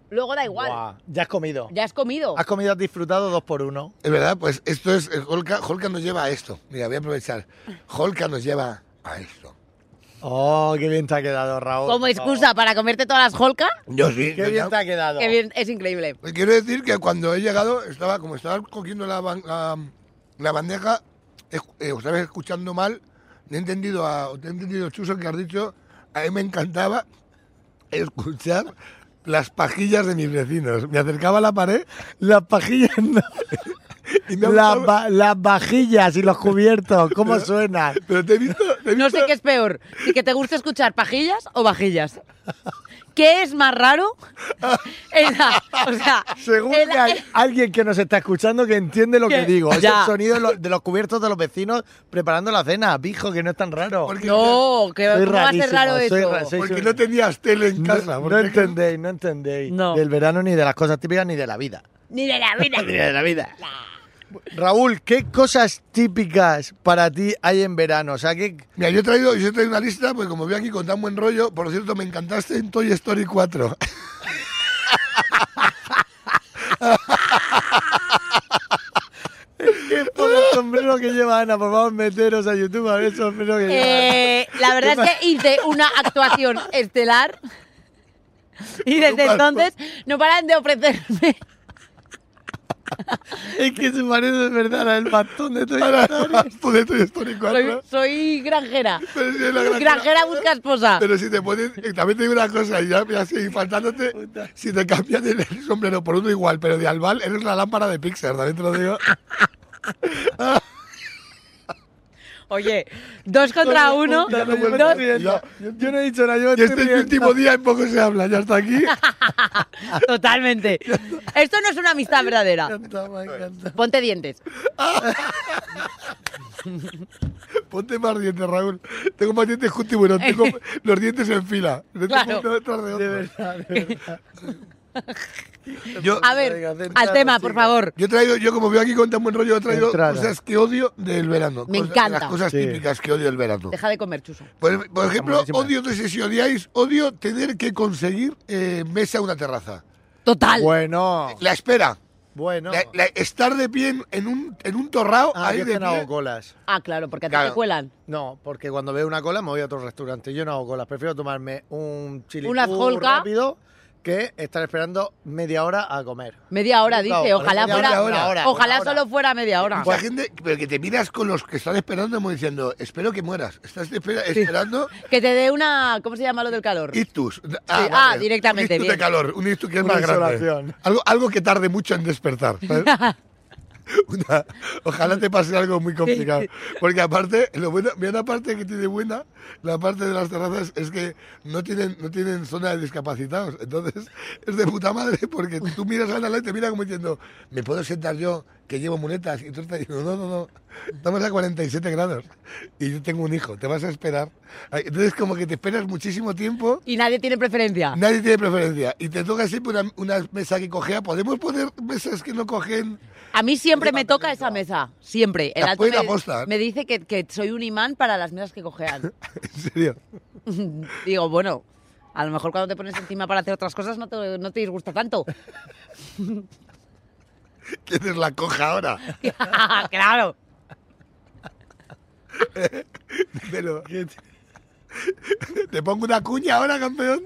[SPEAKER 3] luego da igual.
[SPEAKER 2] Buah, ya has comido.
[SPEAKER 3] Ya has comido.
[SPEAKER 2] Has comido, has disfrutado dos por uno.
[SPEAKER 5] Es verdad, pues esto es eh, Holka, Holka nos lleva a esto. Mira, voy a aprovechar. Holka nos lleva a esto.
[SPEAKER 2] Oh, qué bien te ha quedado, Raúl.
[SPEAKER 3] Como
[SPEAKER 2] por
[SPEAKER 3] excusa para comerte todas las holcas,
[SPEAKER 5] Yo sí.
[SPEAKER 2] favor. Qué bien te ha quedado.
[SPEAKER 3] que bien, es increíble.
[SPEAKER 5] Pues quiero decir que cuando he llegado, estaba como estaba cogiendo la, ban- la, la bandeja, es- eh, os estaba escuchando mal, no he entendido, a, te he entendido Chuso, que has dicho, a mí me encantaba escuchar las pajillas de mis vecinos. Me acercaba a la pared
[SPEAKER 2] Las pajillas no.
[SPEAKER 5] y me ha
[SPEAKER 2] Las,
[SPEAKER 5] gustado-
[SPEAKER 2] va- las vajillas y los cubiertos, ¿cómo suenan?
[SPEAKER 5] Pero te he visto... te he
[SPEAKER 3] No sé
[SPEAKER 5] visto-
[SPEAKER 3] qué es peor, si que te gusta escuchar pajillas o vajillas. ¿Qué es más raro? El- o sea,
[SPEAKER 2] Según
[SPEAKER 3] el-
[SPEAKER 2] que hay alguien que nos está escuchando que entiende lo que
[SPEAKER 3] Que-
[SPEAKER 2] digo. Es
[SPEAKER 3] Ya.
[SPEAKER 2] el sonido de los, de los cubiertos de los vecinos preparando la cena. Pijo, que no es tan raro.
[SPEAKER 5] Porque,
[SPEAKER 3] No, que
[SPEAKER 2] Soy
[SPEAKER 3] ¿cómo va a ser
[SPEAKER 2] rarísimo,
[SPEAKER 3] raro
[SPEAKER 2] soy
[SPEAKER 3] eso?
[SPEAKER 2] ra- soy-
[SPEAKER 5] porque no tenías tele en
[SPEAKER 2] No,
[SPEAKER 5] casa.
[SPEAKER 2] no
[SPEAKER 5] porque-
[SPEAKER 2] entendéis, no entendéis.
[SPEAKER 3] No.
[SPEAKER 2] Del verano ni de las cosas típicas ni de la vida.
[SPEAKER 3] Ni de la vida.
[SPEAKER 2] de la vida. Raúl, ¿qué cosas típicas para ti hay en verano? O sea, ¿qué,
[SPEAKER 5] Mira, yo he traído, yo he traído una lista, pues como veo aquí con tan buen rollo, por cierto, me encantaste en Toy Story 4.
[SPEAKER 2] Por el sombrero que lleva Ana, por favor, meteros a YouTube a ver el sombrero que lleva Ana.
[SPEAKER 3] Eh, la verdad es que hice una actuación estelar y desde entonces no paran de ofrecerme
[SPEAKER 2] Es que se parece de verdad al bastón de Toy
[SPEAKER 5] Ahora,
[SPEAKER 2] Story.
[SPEAKER 5] tú de Toy Story 4.
[SPEAKER 3] Soy, soy granjera.
[SPEAKER 5] Pero si es la gran-
[SPEAKER 3] Granjera busca esposa.
[SPEAKER 5] Pero si te ponen, eh, también te digo una cosa, y ya, ya sigue faltándote, si te cambian el el sombrero por uno igual, pero de albal eres la lámpara de Pixar, también te lo digo.
[SPEAKER 3] Oye, dos contra uno.
[SPEAKER 2] Puta, no, yo, me
[SPEAKER 3] dos-
[SPEAKER 2] estoy riendo. yo no he dicho nada, yo me
[SPEAKER 5] Y
[SPEAKER 2] estoy
[SPEAKER 5] este es mi
[SPEAKER 2] riendo.
[SPEAKER 5] último día, en poco se habla, ya está aquí.
[SPEAKER 3] totalmente. Esto no es una amistad
[SPEAKER 2] Me
[SPEAKER 3] verdadera.
[SPEAKER 2] encanta, me encanta.
[SPEAKER 3] Ponte dientes.
[SPEAKER 5] Ponte más dientes, Raúl. Tengo más dientes que un tiburón, tengo los dientes en fila. Los tengo
[SPEAKER 3] Claro.
[SPEAKER 5] uno detrás de
[SPEAKER 2] De
[SPEAKER 5] otro.
[SPEAKER 2] verdad, de verdad.
[SPEAKER 5] Yo,
[SPEAKER 3] A
[SPEAKER 2] Venga,
[SPEAKER 3] ver,
[SPEAKER 2] centraros,
[SPEAKER 3] al tema, por
[SPEAKER 2] chicos.
[SPEAKER 3] favor.
[SPEAKER 5] Yo he traído, yo como veo aquí con tan buen rollo, he traído
[SPEAKER 2] Entrada.
[SPEAKER 5] cosas que odio del verano.
[SPEAKER 3] Me
[SPEAKER 5] cosas-
[SPEAKER 3] encanta.
[SPEAKER 5] Las cosas
[SPEAKER 2] Sí.
[SPEAKER 5] típicas que odio del verano.
[SPEAKER 3] Deja de comer, Chuso.
[SPEAKER 5] Por, por ejemplo,
[SPEAKER 2] Famosísimas.
[SPEAKER 5] odio, no sé si odiáis, odio tener que conseguir eh, mesa a una terraza.
[SPEAKER 3] Total.
[SPEAKER 2] Bueno,
[SPEAKER 5] La espera.
[SPEAKER 2] bueno.
[SPEAKER 5] La- la- estar de pie en- en un, en un torrao
[SPEAKER 2] Ah,
[SPEAKER 5] ahí
[SPEAKER 2] yo es
[SPEAKER 5] de
[SPEAKER 2] que no
[SPEAKER 5] pie.
[SPEAKER 2] hago colas.
[SPEAKER 3] Ah, claro, porque a ti
[SPEAKER 5] Claro.
[SPEAKER 3] te cuelan.
[SPEAKER 2] No, porque cuando veo una cola me voy a otro restaurante. Yo no hago colas, prefiero tomarme un chili
[SPEAKER 3] Una
[SPEAKER 2] muy
[SPEAKER 3] holga.
[SPEAKER 2] rápido que estar esperando media hora a comer.
[SPEAKER 3] Media hora,
[SPEAKER 2] Media
[SPEAKER 3] dice.
[SPEAKER 2] hora,
[SPEAKER 3] Ojalá
[SPEAKER 2] media
[SPEAKER 3] fuera.
[SPEAKER 5] hora, una
[SPEAKER 2] hora,
[SPEAKER 3] ojalá
[SPEAKER 2] una hora.
[SPEAKER 3] solo fuera media hora.
[SPEAKER 5] Mucha gente, pero que te miras con los que están esperando como diciendo, espero que mueras. Estás espera- esperando
[SPEAKER 3] Que te dé una. ¿Cómo se llama lo del calor?
[SPEAKER 5] ictus.
[SPEAKER 3] ah, directamente,
[SPEAKER 5] Un ictus
[SPEAKER 3] bien.
[SPEAKER 5] de calor, un ictus que es
[SPEAKER 2] Una
[SPEAKER 5] más grande.
[SPEAKER 2] insolación.
[SPEAKER 5] Algo, algo que tarde mucho en despertar. ¿sabes? Una- ojalá te pase algo muy complicado. Porque aparte, lo bueno, mira una parte que tiene buena, la parte de las terrazas es que no tienen, no tienen zona de discapacitados. Entonces, es de puta madre porque tú miras a la ley y te mira como diciendo, ¿me puedo sentar yo que llevo muletas? Y tú estás diciendo, no, no, no, estamos a 47 grados y yo tengo un hijo, te vas a esperar. Ay, Entonces, como que te esperas muchísimo tiempo.
[SPEAKER 3] Y nadie tiene preferencia.
[SPEAKER 5] Nadie tiene preferencia. Y te toca siempre una, una mesa que cojea. ¿Podemos poner mesas que no cogen?
[SPEAKER 3] A mí siempre me toca esa mesa. Siempre. El
[SPEAKER 5] La
[SPEAKER 3] alto
[SPEAKER 5] buena
[SPEAKER 3] me,
[SPEAKER 5] posta, ¿eh?
[SPEAKER 3] me dice que, que soy un imán para las mesas que cojean.
[SPEAKER 5] En serio.
[SPEAKER 3] Digo, bueno, a lo mejor cuando te pones encima para hacer otras cosas no te, no te disgusta tanto.
[SPEAKER 5] ¿Quién es la coja ahora?
[SPEAKER 3] claro.
[SPEAKER 5] Dímelo. ¿Te pongo una cuña ahora, campeón?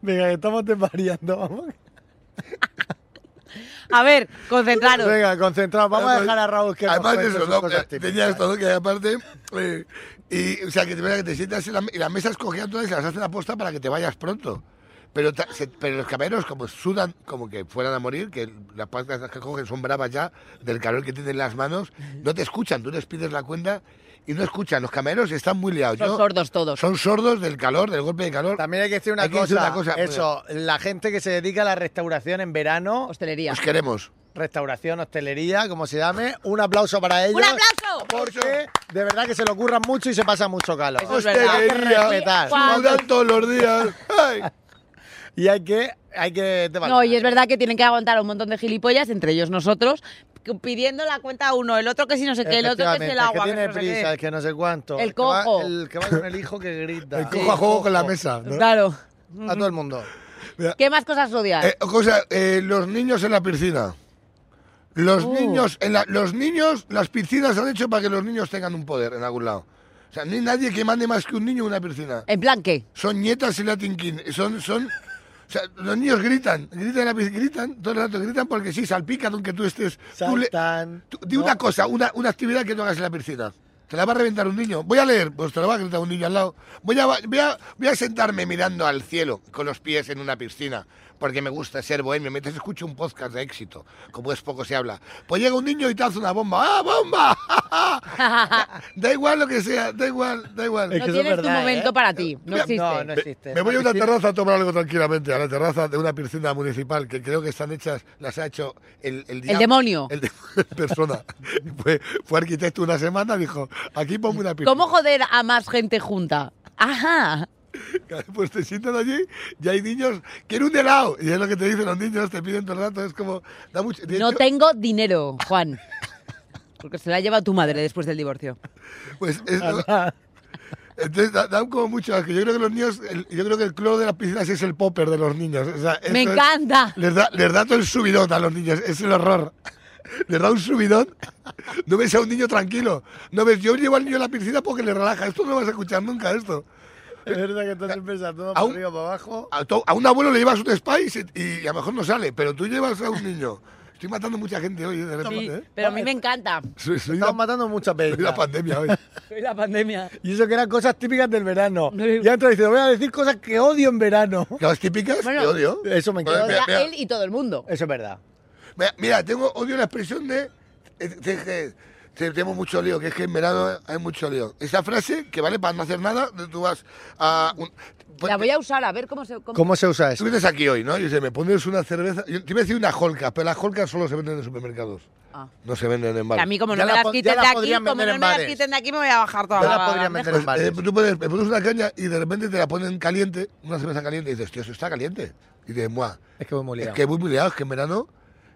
[SPEAKER 2] Venga, que estamos desvariando, vamos.
[SPEAKER 3] A ver, concentraros.
[SPEAKER 2] Venga, concentrados. Vamos a dejar a Raúl que nos
[SPEAKER 5] Además de
[SPEAKER 2] cuente
[SPEAKER 5] eso,
[SPEAKER 2] sus
[SPEAKER 5] ¿no? Eh,
[SPEAKER 2] cosas
[SPEAKER 5] tenía
[SPEAKER 2] típicas.
[SPEAKER 5] esto, ¿no? Que aparte... eh, y, o sea, que te, que te sientas en la, y las mesas cojean todas y se las hacen aposta para que te vayas pronto. Pero, ta- se- pero los caballeros como sudan, como que fueran a morir, que las pastas que cogen son bravas ya, del calor que tienen las manos, no te escuchan, tú les pides la cuenta y no escuchan. Los caballeros están muy liados.
[SPEAKER 3] Son
[SPEAKER 5] Yo-
[SPEAKER 3] sordos todos.
[SPEAKER 5] Son sordos del calor, del golpe de calor.
[SPEAKER 2] También hay que decir una
[SPEAKER 5] Hay que
[SPEAKER 2] cosa.
[SPEAKER 5] decir una cosa,
[SPEAKER 2] Eso, la gente que se dedica a la restauración en verano,
[SPEAKER 3] Hostelería.
[SPEAKER 5] Os queremos.
[SPEAKER 2] restauración, hostelería, como se llame. Un aplauso para ellos.
[SPEAKER 3] ¡Un aplauso!
[SPEAKER 2] Porque de verdad que se lo ocurran mucho y se pasa mucho calor.
[SPEAKER 3] Eso es verdad.
[SPEAKER 2] Hay que
[SPEAKER 5] Hostelería.
[SPEAKER 2] respetar.
[SPEAKER 3] Cuando-
[SPEAKER 5] Sudan todos los días. Ay.
[SPEAKER 2] Y hay que, hay que te
[SPEAKER 3] No, y es verdad que tienen que aguantar a un montón de gilipollas, entre ellos nosotros, que- pidiendo la cuenta a uno, el otro que si no sé qué, el otro que si
[SPEAKER 2] Efectivamente, el
[SPEAKER 3] el agua.
[SPEAKER 2] que
[SPEAKER 3] que
[SPEAKER 2] tiene
[SPEAKER 3] no sé qué.
[SPEAKER 2] prisa, el que no sé cuánto.
[SPEAKER 3] El
[SPEAKER 2] que va-
[SPEAKER 3] cojo.
[SPEAKER 2] el que va con el hijo que grita.
[SPEAKER 5] El cojo a juego con la mesa. ¿no?
[SPEAKER 3] Claro.
[SPEAKER 2] A todo el mundo.
[SPEAKER 3] ¿Qué más cosas odias?
[SPEAKER 5] Eh, cosa, eh, los niños en la piscina. Los niños, en la- los niños, las piscinas han hecho para que los niños tengan un poder en algún lado. O sea, no hay nadie que mande más que un niño en una piscina.
[SPEAKER 3] ¿En plan qué?
[SPEAKER 5] Son nietas y Latin King. Son, son, o sea, los niños gritan, gritan, en la piscina, gritan, todo el rato gritan porque sí, salpican aunque tú estés. Tú le-
[SPEAKER 2] Saltan.
[SPEAKER 5] tú- di
[SPEAKER 2] ¿no?
[SPEAKER 5] una cosa, una, una actividad que no hagas en la piscina. Te la va a reventar un niño. Voy a leer, pues te la va a gritar un niño al lado. Voy a, voy a, voy a sentarme mirando al cielo con los pies en una piscina, porque me gusta ser bohemio. Mientras escucho un podcast de éxito, como es poco se habla. Pues llega un niño y te hace una bomba. ¡Ah, bomba! da, da igual lo que sea, da igual, da igual.
[SPEAKER 2] Es
[SPEAKER 3] No
[SPEAKER 2] que eso es
[SPEAKER 3] tienes tu
[SPEAKER 2] verdad,
[SPEAKER 3] momento
[SPEAKER 2] ¿eh?
[SPEAKER 3] para ti. No
[SPEAKER 5] Mira,
[SPEAKER 3] existe.
[SPEAKER 2] No, no existe.
[SPEAKER 5] Me voy a una
[SPEAKER 2] Sí.
[SPEAKER 5] terraza a tomar algo tranquilamente, a la terraza de una piscina municipal que creo que están hechas, las ha hecho el, el, diablo-
[SPEAKER 3] demonio.
[SPEAKER 5] El de- persona. fue, fue arquitecto una semana, dijo, aquí pongo una piscina.
[SPEAKER 3] ¿Cómo joder a más gente junta? Ajá.
[SPEAKER 5] Pues te sientan allí y hay niños, quiero un helado. Y es lo que te dicen los niños, te piden todo el rato, es como, da mucho... de
[SPEAKER 3] No
[SPEAKER 5] hecho,
[SPEAKER 3] tengo dinero, Juan. Porque se la lleva tu madre después del divorcio.
[SPEAKER 5] Pues es- Entonces da- dan como mucho asco. Yo creo que los niños, el- yo creo que el cloro de las piscinas es el popper de los niños. O sea, eso
[SPEAKER 3] ¡Me
[SPEAKER 5] es-
[SPEAKER 3] encanta!
[SPEAKER 5] Les da, les da todo el subidón a los niños, es el horror. Les da un subidón. No ves a un niño tranquilo. No ves, yo llevo al niño a la piscina porque le relaja. Esto no lo vas a escuchar nunca, esto.
[SPEAKER 2] Es verdad que estás siempre saltando
[SPEAKER 5] A
[SPEAKER 2] para
[SPEAKER 5] un-
[SPEAKER 2] arriba, para abajo.
[SPEAKER 5] A, to- a un abuelo le llevas un spa y, se- y a lo mejor no sale, pero tú llevas a un niño. Estoy matando mucha gente hoy, de repente.
[SPEAKER 3] Sí,
[SPEAKER 5] ¿eh?
[SPEAKER 3] pero a mí me encanta.
[SPEAKER 5] Soy, soy la,
[SPEAKER 2] Estamos matando mucha
[SPEAKER 5] soy la
[SPEAKER 2] peña.
[SPEAKER 5] pandemia hoy.
[SPEAKER 3] Soy la pandemia.
[SPEAKER 2] Y eso que eran cosas típicas del verano.
[SPEAKER 3] Sí.
[SPEAKER 2] Y entra y dice, voy a decir cosas que odio en verano.
[SPEAKER 5] Las típicas,
[SPEAKER 3] Bueno,
[SPEAKER 5] te odio.
[SPEAKER 2] Eso me encanta.
[SPEAKER 5] Joder,
[SPEAKER 3] Odia
[SPEAKER 5] mira, mira.
[SPEAKER 3] él y todo el mundo.
[SPEAKER 2] Eso es verdad.
[SPEAKER 5] Mira, mira, tengo odio la expresión de eh, te- que- te- tenemos mucho lío, que es que en verano hay mucho lío. Esa frase que vale para no hacer nada, tú vas a un- pues,
[SPEAKER 3] La voy a usar a ver cómo se... cómo-
[SPEAKER 2] ¿Cómo se usa
[SPEAKER 5] Tú
[SPEAKER 2] eso?
[SPEAKER 5] vienes aquí hoy, ¿no? Y dices, me pones una cerveza. Yo te iba a decir una holcas, pero las holcas solo se venden en supermercados.
[SPEAKER 3] Ah.
[SPEAKER 5] No se venden en
[SPEAKER 3] Que
[SPEAKER 5] bares.
[SPEAKER 3] a mí como
[SPEAKER 2] Ya
[SPEAKER 3] no me
[SPEAKER 2] la
[SPEAKER 3] las
[SPEAKER 2] po- ya
[SPEAKER 3] quiten
[SPEAKER 2] la
[SPEAKER 3] de aquí,
[SPEAKER 2] podrían
[SPEAKER 3] como no
[SPEAKER 2] vender
[SPEAKER 3] me
[SPEAKER 2] en
[SPEAKER 3] las
[SPEAKER 2] bares.
[SPEAKER 3] quiten de aquí, me voy a bajar toda
[SPEAKER 2] Ya
[SPEAKER 3] la,
[SPEAKER 2] la podrían
[SPEAKER 3] la-
[SPEAKER 2] vender en
[SPEAKER 5] Pues, eh,
[SPEAKER 2] bares.
[SPEAKER 5] tú pones, me pones una caña y de repente te la ponen caliente, una cerveza caliente, y dices, tío, eso está caliente. Y dices, muah,
[SPEAKER 2] Es que voy muy
[SPEAKER 5] es
[SPEAKER 2] liado.
[SPEAKER 5] que muy muy liado, es que en verano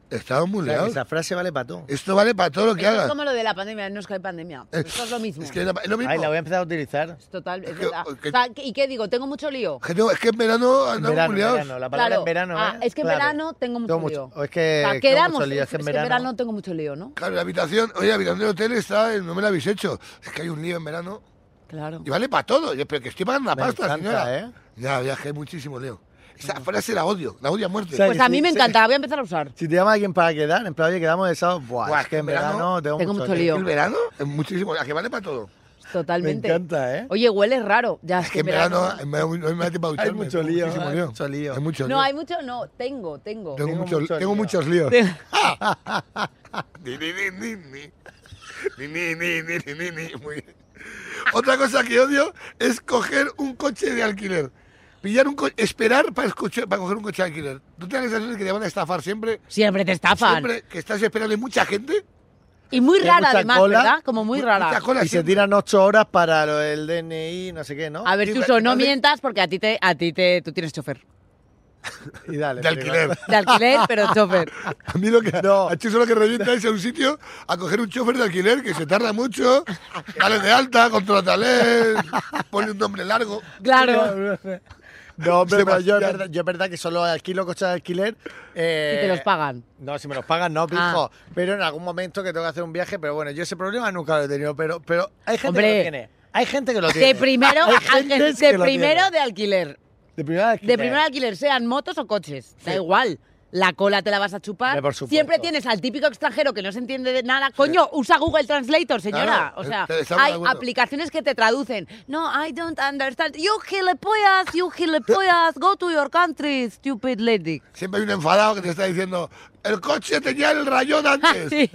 [SPEAKER 5] estamos muy
[SPEAKER 2] O sea, que
[SPEAKER 5] liados.
[SPEAKER 2] esa frase vale para todo.
[SPEAKER 5] Esto vale para todo lo que
[SPEAKER 3] Esto es
[SPEAKER 5] hagas.
[SPEAKER 3] como lo de la pandemia, no es que hay pandemia.
[SPEAKER 5] Eh,
[SPEAKER 3] Esto es lo mismo.
[SPEAKER 5] Es que es lo mismo.
[SPEAKER 2] Ay, la oh, voy a empezar a utilizar.
[SPEAKER 3] Es total, es
[SPEAKER 5] que-
[SPEAKER 3] verdad.
[SPEAKER 5] es que-
[SPEAKER 3] O sea, ¿Y qué digo? ¿Tengo mucho lío?
[SPEAKER 5] Que no, es que en verano
[SPEAKER 2] En
[SPEAKER 5] andamos
[SPEAKER 2] verano, en
[SPEAKER 5] liados.
[SPEAKER 2] verano, la palabra
[SPEAKER 3] Claro.
[SPEAKER 2] en verano.
[SPEAKER 3] Ah,
[SPEAKER 2] ¿eh?
[SPEAKER 3] es que en
[SPEAKER 2] Clave.
[SPEAKER 3] verano tengo mucho lío.
[SPEAKER 2] o Es que,
[SPEAKER 3] O sea,
[SPEAKER 2] tengo
[SPEAKER 3] quedamos,
[SPEAKER 2] mucho lío,
[SPEAKER 3] es, que en verano tengo mucho lío, ¿no?
[SPEAKER 5] Claro, la habitación, oye, la habitación del hotel está, eh, no me la habéis hecho. Es que hay un lío en verano
[SPEAKER 3] Claro.
[SPEAKER 5] y vale para todo. Yo, pero que estoy pagando la
[SPEAKER 2] Me
[SPEAKER 5] pasta,
[SPEAKER 2] encanta,
[SPEAKER 5] señora.
[SPEAKER 2] ¿eh?
[SPEAKER 5] Ya, viajé muchísimo, Leo. Esa frase la odio, la odio a muerte.
[SPEAKER 2] O sea,
[SPEAKER 3] Pues a
[SPEAKER 2] Sí,
[SPEAKER 3] mí me
[SPEAKER 2] sí.
[SPEAKER 3] encanta, la voy a empezar a usar.
[SPEAKER 2] Si te llama alguien para quedar, en plan, oye, quedamos de sábado. Buah,
[SPEAKER 5] Buah,
[SPEAKER 2] es que en verano tengo,
[SPEAKER 3] mucho lío.
[SPEAKER 5] el verano es muchísimo, la que vale para todo.
[SPEAKER 3] Totalmente.
[SPEAKER 2] Me encanta, ¿eh?
[SPEAKER 3] Oye, huele raro. Ya,
[SPEAKER 5] Es que en verano en verano no hay más tiempo para
[SPEAKER 2] Hay
[SPEAKER 5] ducharme,
[SPEAKER 2] mucho
[SPEAKER 5] tengo
[SPEAKER 2] lío,
[SPEAKER 5] muchísimo
[SPEAKER 2] hay mucho lío.
[SPEAKER 5] Hay mucho
[SPEAKER 3] No,
[SPEAKER 5] lío.
[SPEAKER 3] hay mucho, no, tengo, tengo.
[SPEAKER 5] Tengo,
[SPEAKER 2] Tengo
[SPEAKER 5] muchos-
[SPEAKER 2] mucho
[SPEAKER 5] tengo
[SPEAKER 2] lío.
[SPEAKER 5] muchos líos.
[SPEAKER 3] Tengo-
[SPEAKER 5] Ni, ni, ni, ni, ni. Ni, ni, ni, ni, ni, ni, ni. Muy bien. Otra cosa que odio es coger un coche de alquiler. Pillar un co- esperar para, escuchar- para coger un coche de alquiler. ¿No te da la sensación de que te van a estafar siempre?
[SPEAKER 3] Siempre te estafan.
[SPEAKER 5] Siempre que estás esperando hay mucha gente.
[SPEAKER 3] Y muy
[SPEAKER 2] Y hay
[SPEAKER 3] rara
[SPEAKER 2] mucha
[SPEAKER 3] además,
[SPEAKER 2] cola.
[SPEAKER 3] ¿verdad? Como muy
[SPEAKER 5] Mu-
[SPEAKER 3] rara.
[SPEAKER 5] mucha cola
[SPEAKER 2] Y se
[SPEAKER 5] siempre.
[SPEAKER 2] tiran ocho horas para lo del DNI, no sé qué, ¿no?
[SPEAKER 3] A ver,
[SPEAKER 5] Y
[SPEAKER 3] Chuso,
[SPEAKER 5] va-
[SPEAKER 3] no
[SPEAKER 5] vale.
[SPEAKER 3] mientas porque a ti te, a ti te, tú tienes chofer.
[SPEAKER 2] y dale.
[SPEAKER 5] de alquiler.
[SPEAKER 3] De alquiler, pero chofer.
[SPEAKER 5] A mí lo que,
[SPEAKER 2] No.
[SPEAKER 5] a Chuso lo que revienta es a un sitio a coger un chofer de alquiler que se tarda mucho. Dale de alta, contrátale, ponle E un nombre largo.
[SPEAKER 3] Claro.
[SPEAKER 2] No, hombre, pero yo es,
[SPEAKER 5] Sebastián.
[SPEAKER 2] verdad, yo es verdad que solo alquilo coches de alquiler. eh,
[SPEAKER 3] Y te los pagan.
[SPEAKER 2] No, si me los pagan, no, pijo.
[SPEAKER 3] Ah.
[SPEAKER 2] Pero en algún momento que tengo que hacer un viaje, pero bueno, yo ese problema nunca lo he tenido. Pero, pero hay gente que
[SPEAKER 3] Hombre.
[SPEAKER 2] lo tiene. Hay gente que lo tiene.
[SPEAKER 3] De primero,
[SPEAKER 2] eh, Hay
[SPEAKER 3] al-
[SPEAKER 2] gentes que
[SPEAKER 3] de
[SPEAKER 2] lo
[SPEAKER 3] primero
[SPEAKER 2] tienen.
[SPEAKER 3] de alquiler.
[SPEAKER 2] De primero de alquiler.
[SPEAKER 3] De primer alquiler, sean motos o coches. Da igual. La cola te la vas a chupar.
[SPEAKER 2] Hombre, por supuesto.
[SPEAKER 3] Siempre tienes al típico extranjero que no se entiende de nada. Coño, usa Google Translator, señora.
[SPEAKER 5] Claro,
[SPEAKER 3] o sea,
[SPEAKER 5] eh, estamos de
[SPEAKER 3] hay
[SPEAKER 5] acuerdo.
[SPEAKER 3] aplicaciones que te traducen. No, I don't understand. You gilipollas, you gilipollas. Go to your country, stupid lady.
[SPEAKER 5] Siempre hay un enfadado que te está diciendo, el coche tenía el rayón antes.
[SPEAKER 3] sí,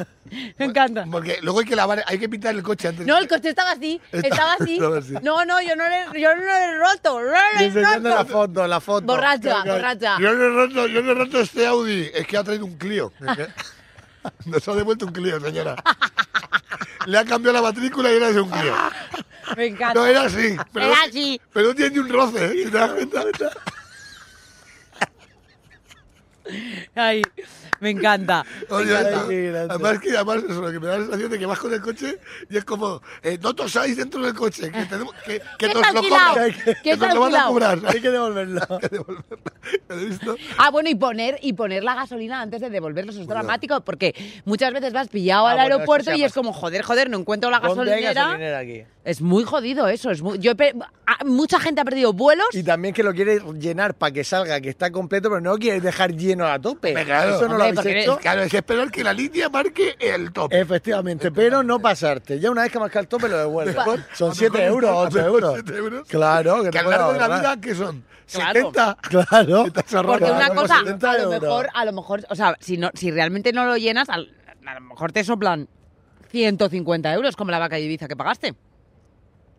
[SPEAKER 3] me encanta.
[SPEAKER 5] Porque luego hay que lavar, hay que pintar el coche antes.
[SPEAKER 3] No, el coche estaba así.
[SPEAKER 5] Está-
[SPEAKER 3] Estaba así.
[SPEAKER 5] estaba así.
[SPEAKER 3] No, no, yo no le, yo no le he roto. No
[SPEAKER 2] Y
[SPEAKER 3] le he
[SPEAKER 2] enseñando la
[SPEAKER 3] roto.
[SPEAKER 2] foto, la foto.
[SPEAKER 3] Borracha,
[SPEAKER 2] Claro, claro.
[SPEAKER 3] borracha.
[SPEAKER 5] Yo no he roto, yo no he roto este Audi, es que ha traído un Clio. Nos ha devuelto un Clio, señora. Le ha cambiado la matrícula y era de un Clio.
[SPEAKER 3] Me encanta.
[SPEAKER 5] No, era así. Pero,
[SPEAKER 3] Era así.
[SPEAKER 5] Pero no tiene ni un roce, ¿eh? ¿Te das cuenta? eh.
[SPEAKER 3] Ay, me encanta.
[SPEAKER 5] Oye,
[SPEAKER 2] Ay, qué
[SPEAKER 5] además-
[SPEAKER 2] grande.
[SPEAKER 5] además, que, además eso, lo que me da la sensación de que vas con el coche y es como, eh, no tosáis dentro del coche, que, tenemos, que, que
[SPEAKER 3] ¿Qué
[SPEAKER 5] nos
[SPEAKER 3] está
[SPEAKER 5] lo
[SPEAKER 3] alquilado?
[SPEAKER 5] cobran,
[SPEAKER 3] ¿Qué
[SPEAKER 5] que
[SPEAKER 3] está
[SPEAKER 5] nos lo van a
[SPEAKER 3] alquilado?
[SPEAKER 5] cobrar.
[SPEAKER 2] Hay que devolverlo.
[SPEAKER 5] ¿Lo he visto?
[SPEAKER 3] Ah, bueno, y poner, y poner la gasolina antes de devolverlos es dramático, porque muchas veces vas pillado
[SPEAKER 2] Ah,
[SPEAKER 3] al
[SPEAKER 2] bueno, eso
[SPEAKER 3] aeropuerto
[SPEAKER 2] se
[SPEAKER 3] y es
[SPEAKER 2] llama-
[SPEAKER 3] como, joder, joder, no encuentro la
[SPEAKER 2] Ponte ahí
[SPEAKER 3] gasolinera.
[SPEAKER 2] gasolinera aquí.
[SPEAKER 3] Es muy jodido eso. Es muy- yo he pe- ah, mucha gente ha perdido vuelos.
[SPEAKER 2] Y también que lo quiere llenar para que salga, que está completo, pero no quieres dejar lleno a tope.
[SPEAKER 5] Hombre, claro.
[SPEAKER 2] Eso no
[SPEAKER 3] Hombre,
[SPEAKER 2] lo habéis
[SPEAKER 3] porque
[SPEAKER 2] hecho.
[SPEAKER 5] Claro, es esperar que la línea marque el top.
[SPEAKER 2] Eh, Efectivamente, pero no pasarte. Ya una vez que marca el tope lo devuelves.
[SPEAKER 5] Mejor-
[SPEAKER 2] Son
[SPEAKER 5] a
[SPEAKER 2] 7
[SPEAKER 5] mejor
[SPEAKER 2] euros,
[SPEAKER 5] estar-
[SPEAKER 2] 8
[SPEAKER 5] a mejor
[SPEAKER 2] euros.
[SPEAKER 5] siete euros.
[SPEAKER 2] Claro,
[SPEAKER 5] Que
[SPEAKER 2] te
[SPEAKER 5] a lo largo de la
[SPEAKER 2] puedas ahorrar.
[SPEAKER 5] vida, que son?
[SPEAKER 3] Claro.
[SPEAKER 5] 70.
[SPEAKER 2] Claro.
[SPEAKER 5] Estás ahorrando.
[SPEAKER 3] Porque una
[SPEAKER 2] Claro,
[SPEAKER 3] cosa, a
[SPEAKER 2] 70
[SPEAKER 3] lo
[SPEAKER 2] euros.
[SPEAKER 3] mejor, a lo mejor, o sea, si, no, si realmente no lo llenas, al- a lo mejor te soplan 150 euros, como la vaca de Ibiza que pagaste.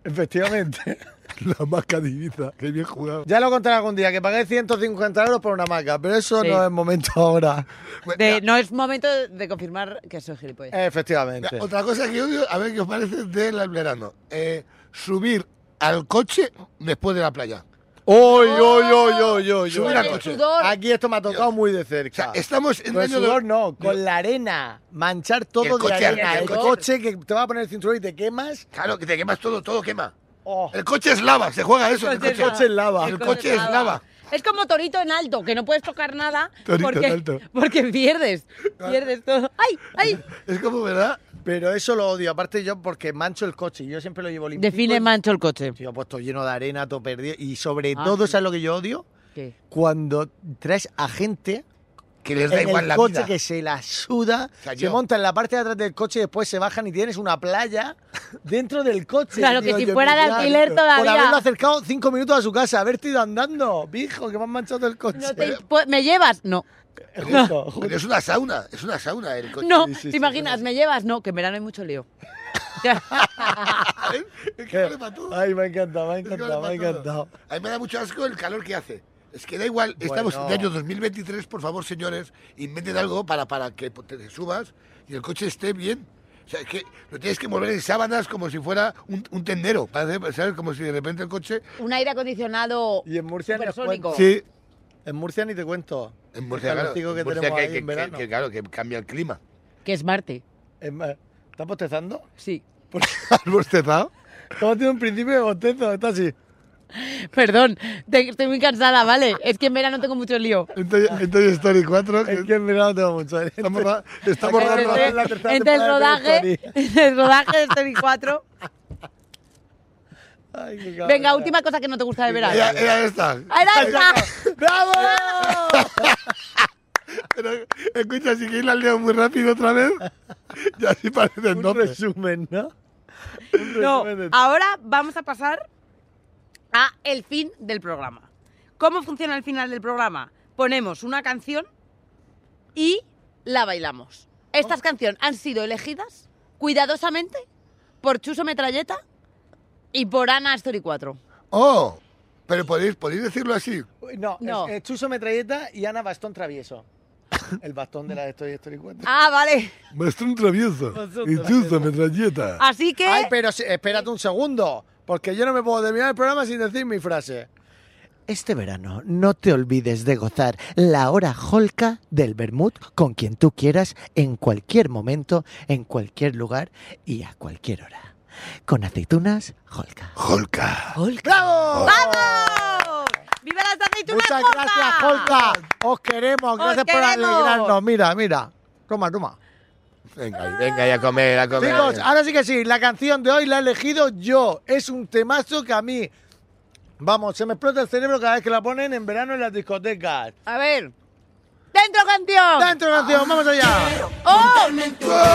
[SPEAKER 2] Efectivamente.
[SPEAKER 5] La marca divisa, que bien jugado.
[SPEAKER 2] Ya lo contaré algún día, que pagué 150 euros por una maca, pero eso
[SPEAKER 3] Sí.
[SPEAKER 2] no es momento ahora.
[SPEAKER 3] De- no es momento de confirmar que soy gilipollas.
[SPEAKER 2] Efectivamente.
[SPEAKER 5] Otra cosa que odio, a ver qué os parece del verano. Eh, subir al coche después de la playa.
[SPEAKER 2] ¡Oy, oy, oy, oy, oy!
[SPEAKER 5] Subir
[SPEAKER 2] oy.
[SPEAKER 5] al coche.
[SPEAKER 3] sudor.
[SPEAKER 2] Aquí esto me ha tocado muy de cerca.
[SPEAKER 5] O sea, estamos en
[SPEAKER 2] Ah, Con el
[SPEAKER 5] medio de-
[SPEAKER 2] sudor no, con la arena. Manchar todo
[SPEAKER 5] El
[SPEAKER 2] de
[SPEAKER 5] coche,
[SPEAKER 2] arena.
[SPEAKER 5] el
[SPEAKER 2] El
[SPEAKER 5] coche.
[SPEAKER 2] coche que te va a poner el cinturón y te quemas.
[SPEAKER 5] Claro, que te quemas todo, todo quema.
[SPEAKER 2] Oh.
[SPEAKER 5] El coche es lava, se juega eso. El
[SPEAKER 3] Pues
[SPEAKER 2] coche es coche es lava.
[SPEAKER 5] El coche es lava.
[SPEAKER 3] Es como torito en alto, que no puedes tocar nada
[SPEAKER 5] Torito en
[SPEAKER 3] porque,
[SPEAKER 5] alto.
[SPEAKER 3] porque pierdes, pierdes todo. ¡Ay, ay!
[SPEAKER 5] Es como, ¿verdad?
[SPEAKER 2] Pero eso lo odio. Aparte yo porque mancho el coche. Yo siempre lo llevo limpio.
[SPEAKER 3] Define mancho el coche.
[SPEAKER 2] Tío, puesto lleno de arena, todo perdido. Y sobre
[SPEAKER 3] Ah,
[SPEAKER 2] todo,
[SPEAKER 3] sí.
[SPEAKER 2] ¿sabes lo que yo odio?
[SPEAKER 3] ¿Qué?
[SPEAKER 2] Cuando traes a gente
[SPEAKER 5] Que les da
[SPEAKER 2] en
[SPEAKER 5] igual
[SPEAKER 2] el
[SPEAKER 5] la
[SPEAKER 2] coche
[SPEAKER 5] vida.
[SPEAKER 2] que se la suda,
[SPEAKER 5] sea,
[SPEAKER 2] se
[SPEAKER 5] yo-
[SPEAKER 2] monta en la parte de atrás del coche y después se bajan y tienes una playa dentro del coche.
[SPEAKER 3] Claro,
[SPEAKER 2] tío,
[SPEAKER 3] que si
[SPEAKER 2] yo
[SPEAKER 3] fuera de
[SPEAKER 2] pensaba,
[SPEAKER 3] alquiler
[SPEAKER 2] tío, Por
[SPEAKER 3] todavía.
[SPEAKER 2] haberlo acercado cinco minutos a su casa, haberte ido andando. Pijo, que me han manchado el coche.
[SPEAKER 3] No te impu- ¿Me llevas? No.
[SPEAKER 2] Justo, justo.
[SPEAKER 5] Pero es una sauna, es una sauna el coche.
[SPEAKER 3] No,
[SPEAKER 2] sí, sí,
[SPEAKER 3] ¿te imaginas? ¿Me llevas? No, que en verano hay mucho lío.
[SPEAKER 5] ¿Sabes? Es que vale para todo.
[SPEAKER 2] Ay, me ha encantado, me ha
[SPEAKER 5] Es que
[SPEAKER 2] encantado, me ha
[SPEAKER 5] vale para todo.
[SPEAKER 2] encantado.
[SPEAKER 5] A mí me da mucho asco el calor que hace. Es que da igual, estamos en el
[SPEAKER 2] Bueno.
[SPEAKER 5] año 2023, por favor, señores, inventen algo para, para que te subas y el coche esté bien. O sea, es que lo tienes que mover en sábanas como si fuera un, un tendero, parece, ¿sabes? Como si de repente el coche...
[SPEAKER 3] Un aire acondicionado
[SPEAKER 2] Y en Murcia ni os
[SPEAKER 3] supersónico.
[SPEAKER 2] cuento.
[SPEAKER 5] Sí.
[SPEAKER 2] En Murcia ni te cuento.
[SPEAKER 5] En Murcia,
[SPEAKER 2] El
[SPEAKER 5] claro,
[SPEAKER 2] calorcito que
[SPEAKER 5] en Murcia
[SPEAKER 2] tenemos
[SPEAKER 5] que-
[SPEAKER 2] ahí
[SPEAKER 5] que-
[SPEAKER 2] en verano.
[SPEAKER 5] que- que, claro, que cambia el clima.
[SPEAKER 3] Que es Marte.
[SPEAKER 2] Es más, ¿Estás bostezando?
[SPEAKER 3] Sí.
[SPEAKER 5] ¿Has bostezado?
[SPEAKER 2] Estamos teniendo un principio de bostezo, está así.
[SPEAKER 3] Perdón, te- estoy muy cansada, ¿vale? Es que en verano tengo mucho lío.
[SPEAKER 5] En Toy, en Toy Story 4 que
[SPEAKER 2] Es que en verano tengo mucho.
[SPEAKER 5] estamos, ra- estamos
[SPEAKER 2] Acá
[SPEAKER 5] dando...
[SPEAKER 2] se ve-
[SPEAKER 5] la-
[SPEAKER 2] la tercera
[SPEAKER 3] Entre el
[SPEAKER 2] temporada de Toy
[SPEAKER 3] rodaje, entre el rodaje de Story 4.
[SPEAKER 2] Ay, qué
[SPEAKER 3] Venga,
[SPEAKER 2] cabrón.
[SPEAKER 3] última cosa que no te gusta de verano.
[SPEAKER 5] Era, era esta.
[SPEAKER 3] ¡Ahora está!
[SPEAKER 2] ¡Bravo!
[SPEAKER 5] Pero, escucha, si quieres la leo muy rápido otra vez. Y así parece el
[SPEAKER 2] Un
[SPEAKER 5] nombre.
[SPEAKER 2] resumen, ¿no?
[SPEAKER 4] No,
[SPEAKER 2] resumen de-
[SPEAKER 4] ahora vamos a pasar a el fin del programa. ¿Cómo funciona el final del programa? Ponemos una canción
[SPEAKER 3] y la bailamos. Estas canciones han sido elegidas cuidadosamente por Chuso Metralleta y por Ana Story 4.
[SPEAKER 5] Oh, pero podéis, podéis decirlo así.
[SPEAKER 2] No,
[SPEAKER 3] No.
[SPEAKER 2] Es, es Chuso Metralleta y Ana Bastón Travieso. El bastón de la de Toy Story 4.
[SPEAKER 3] Ah, vale.
[SPEAKER 5] Bastón travieso.
[SPEAKER 2] Bastón
[SPEAKER 5] Y
[SPEAKER 2] travieso.
[SPEAKER 5] chuzo, metralleta.
[SPEAKER 4] Así que
[SPEAKER 2] Ay, pero si- espérate un segundo, porque yo no me puedo terminar el programa sin decir mi frase. Este verano no te olvides de gozar la hora holca del Bermud con quien tú quieras en cualquier momento, en cualquier lugar y a cualquier hora. Con aceitunas holca.
[SPEAKER 5] Holka.
[SPEAKER 2] ¡Bravo!
[SPEAKER 4] ¡vamos! ¡Viva las aceitunas!
[SPEAKER 2] Muchas
[SPEAKER 4] Holka!
[SPEAKER 2] gracias, Holca. Os queremos.
[SPEAKER 4] Os
[SPEAKER 2] Gracias por
[SPEAKER 4] queremos.
[SPEAKER 2] alegrarnos. Mira, mira. Toma, toma.
[SPEAKER 5] Venga, y venga, y a comer, a comer.
[SPEAKER 2] Chicos, ahora sí que sí, la canción de hoy la he elegido yo. Es un temazo que a mí, vamos, se me explota el cerebro cada vez que la ponen en verano en las discotecas.
[SPEAKER 3] A ver. ¡Dentro canción!
[SPEAKER 2] ¡Dentro canción! ¡Vamos allá!
[SPEAKER 3] ¡Oh!
[SPEAKER 5] ¡Ah!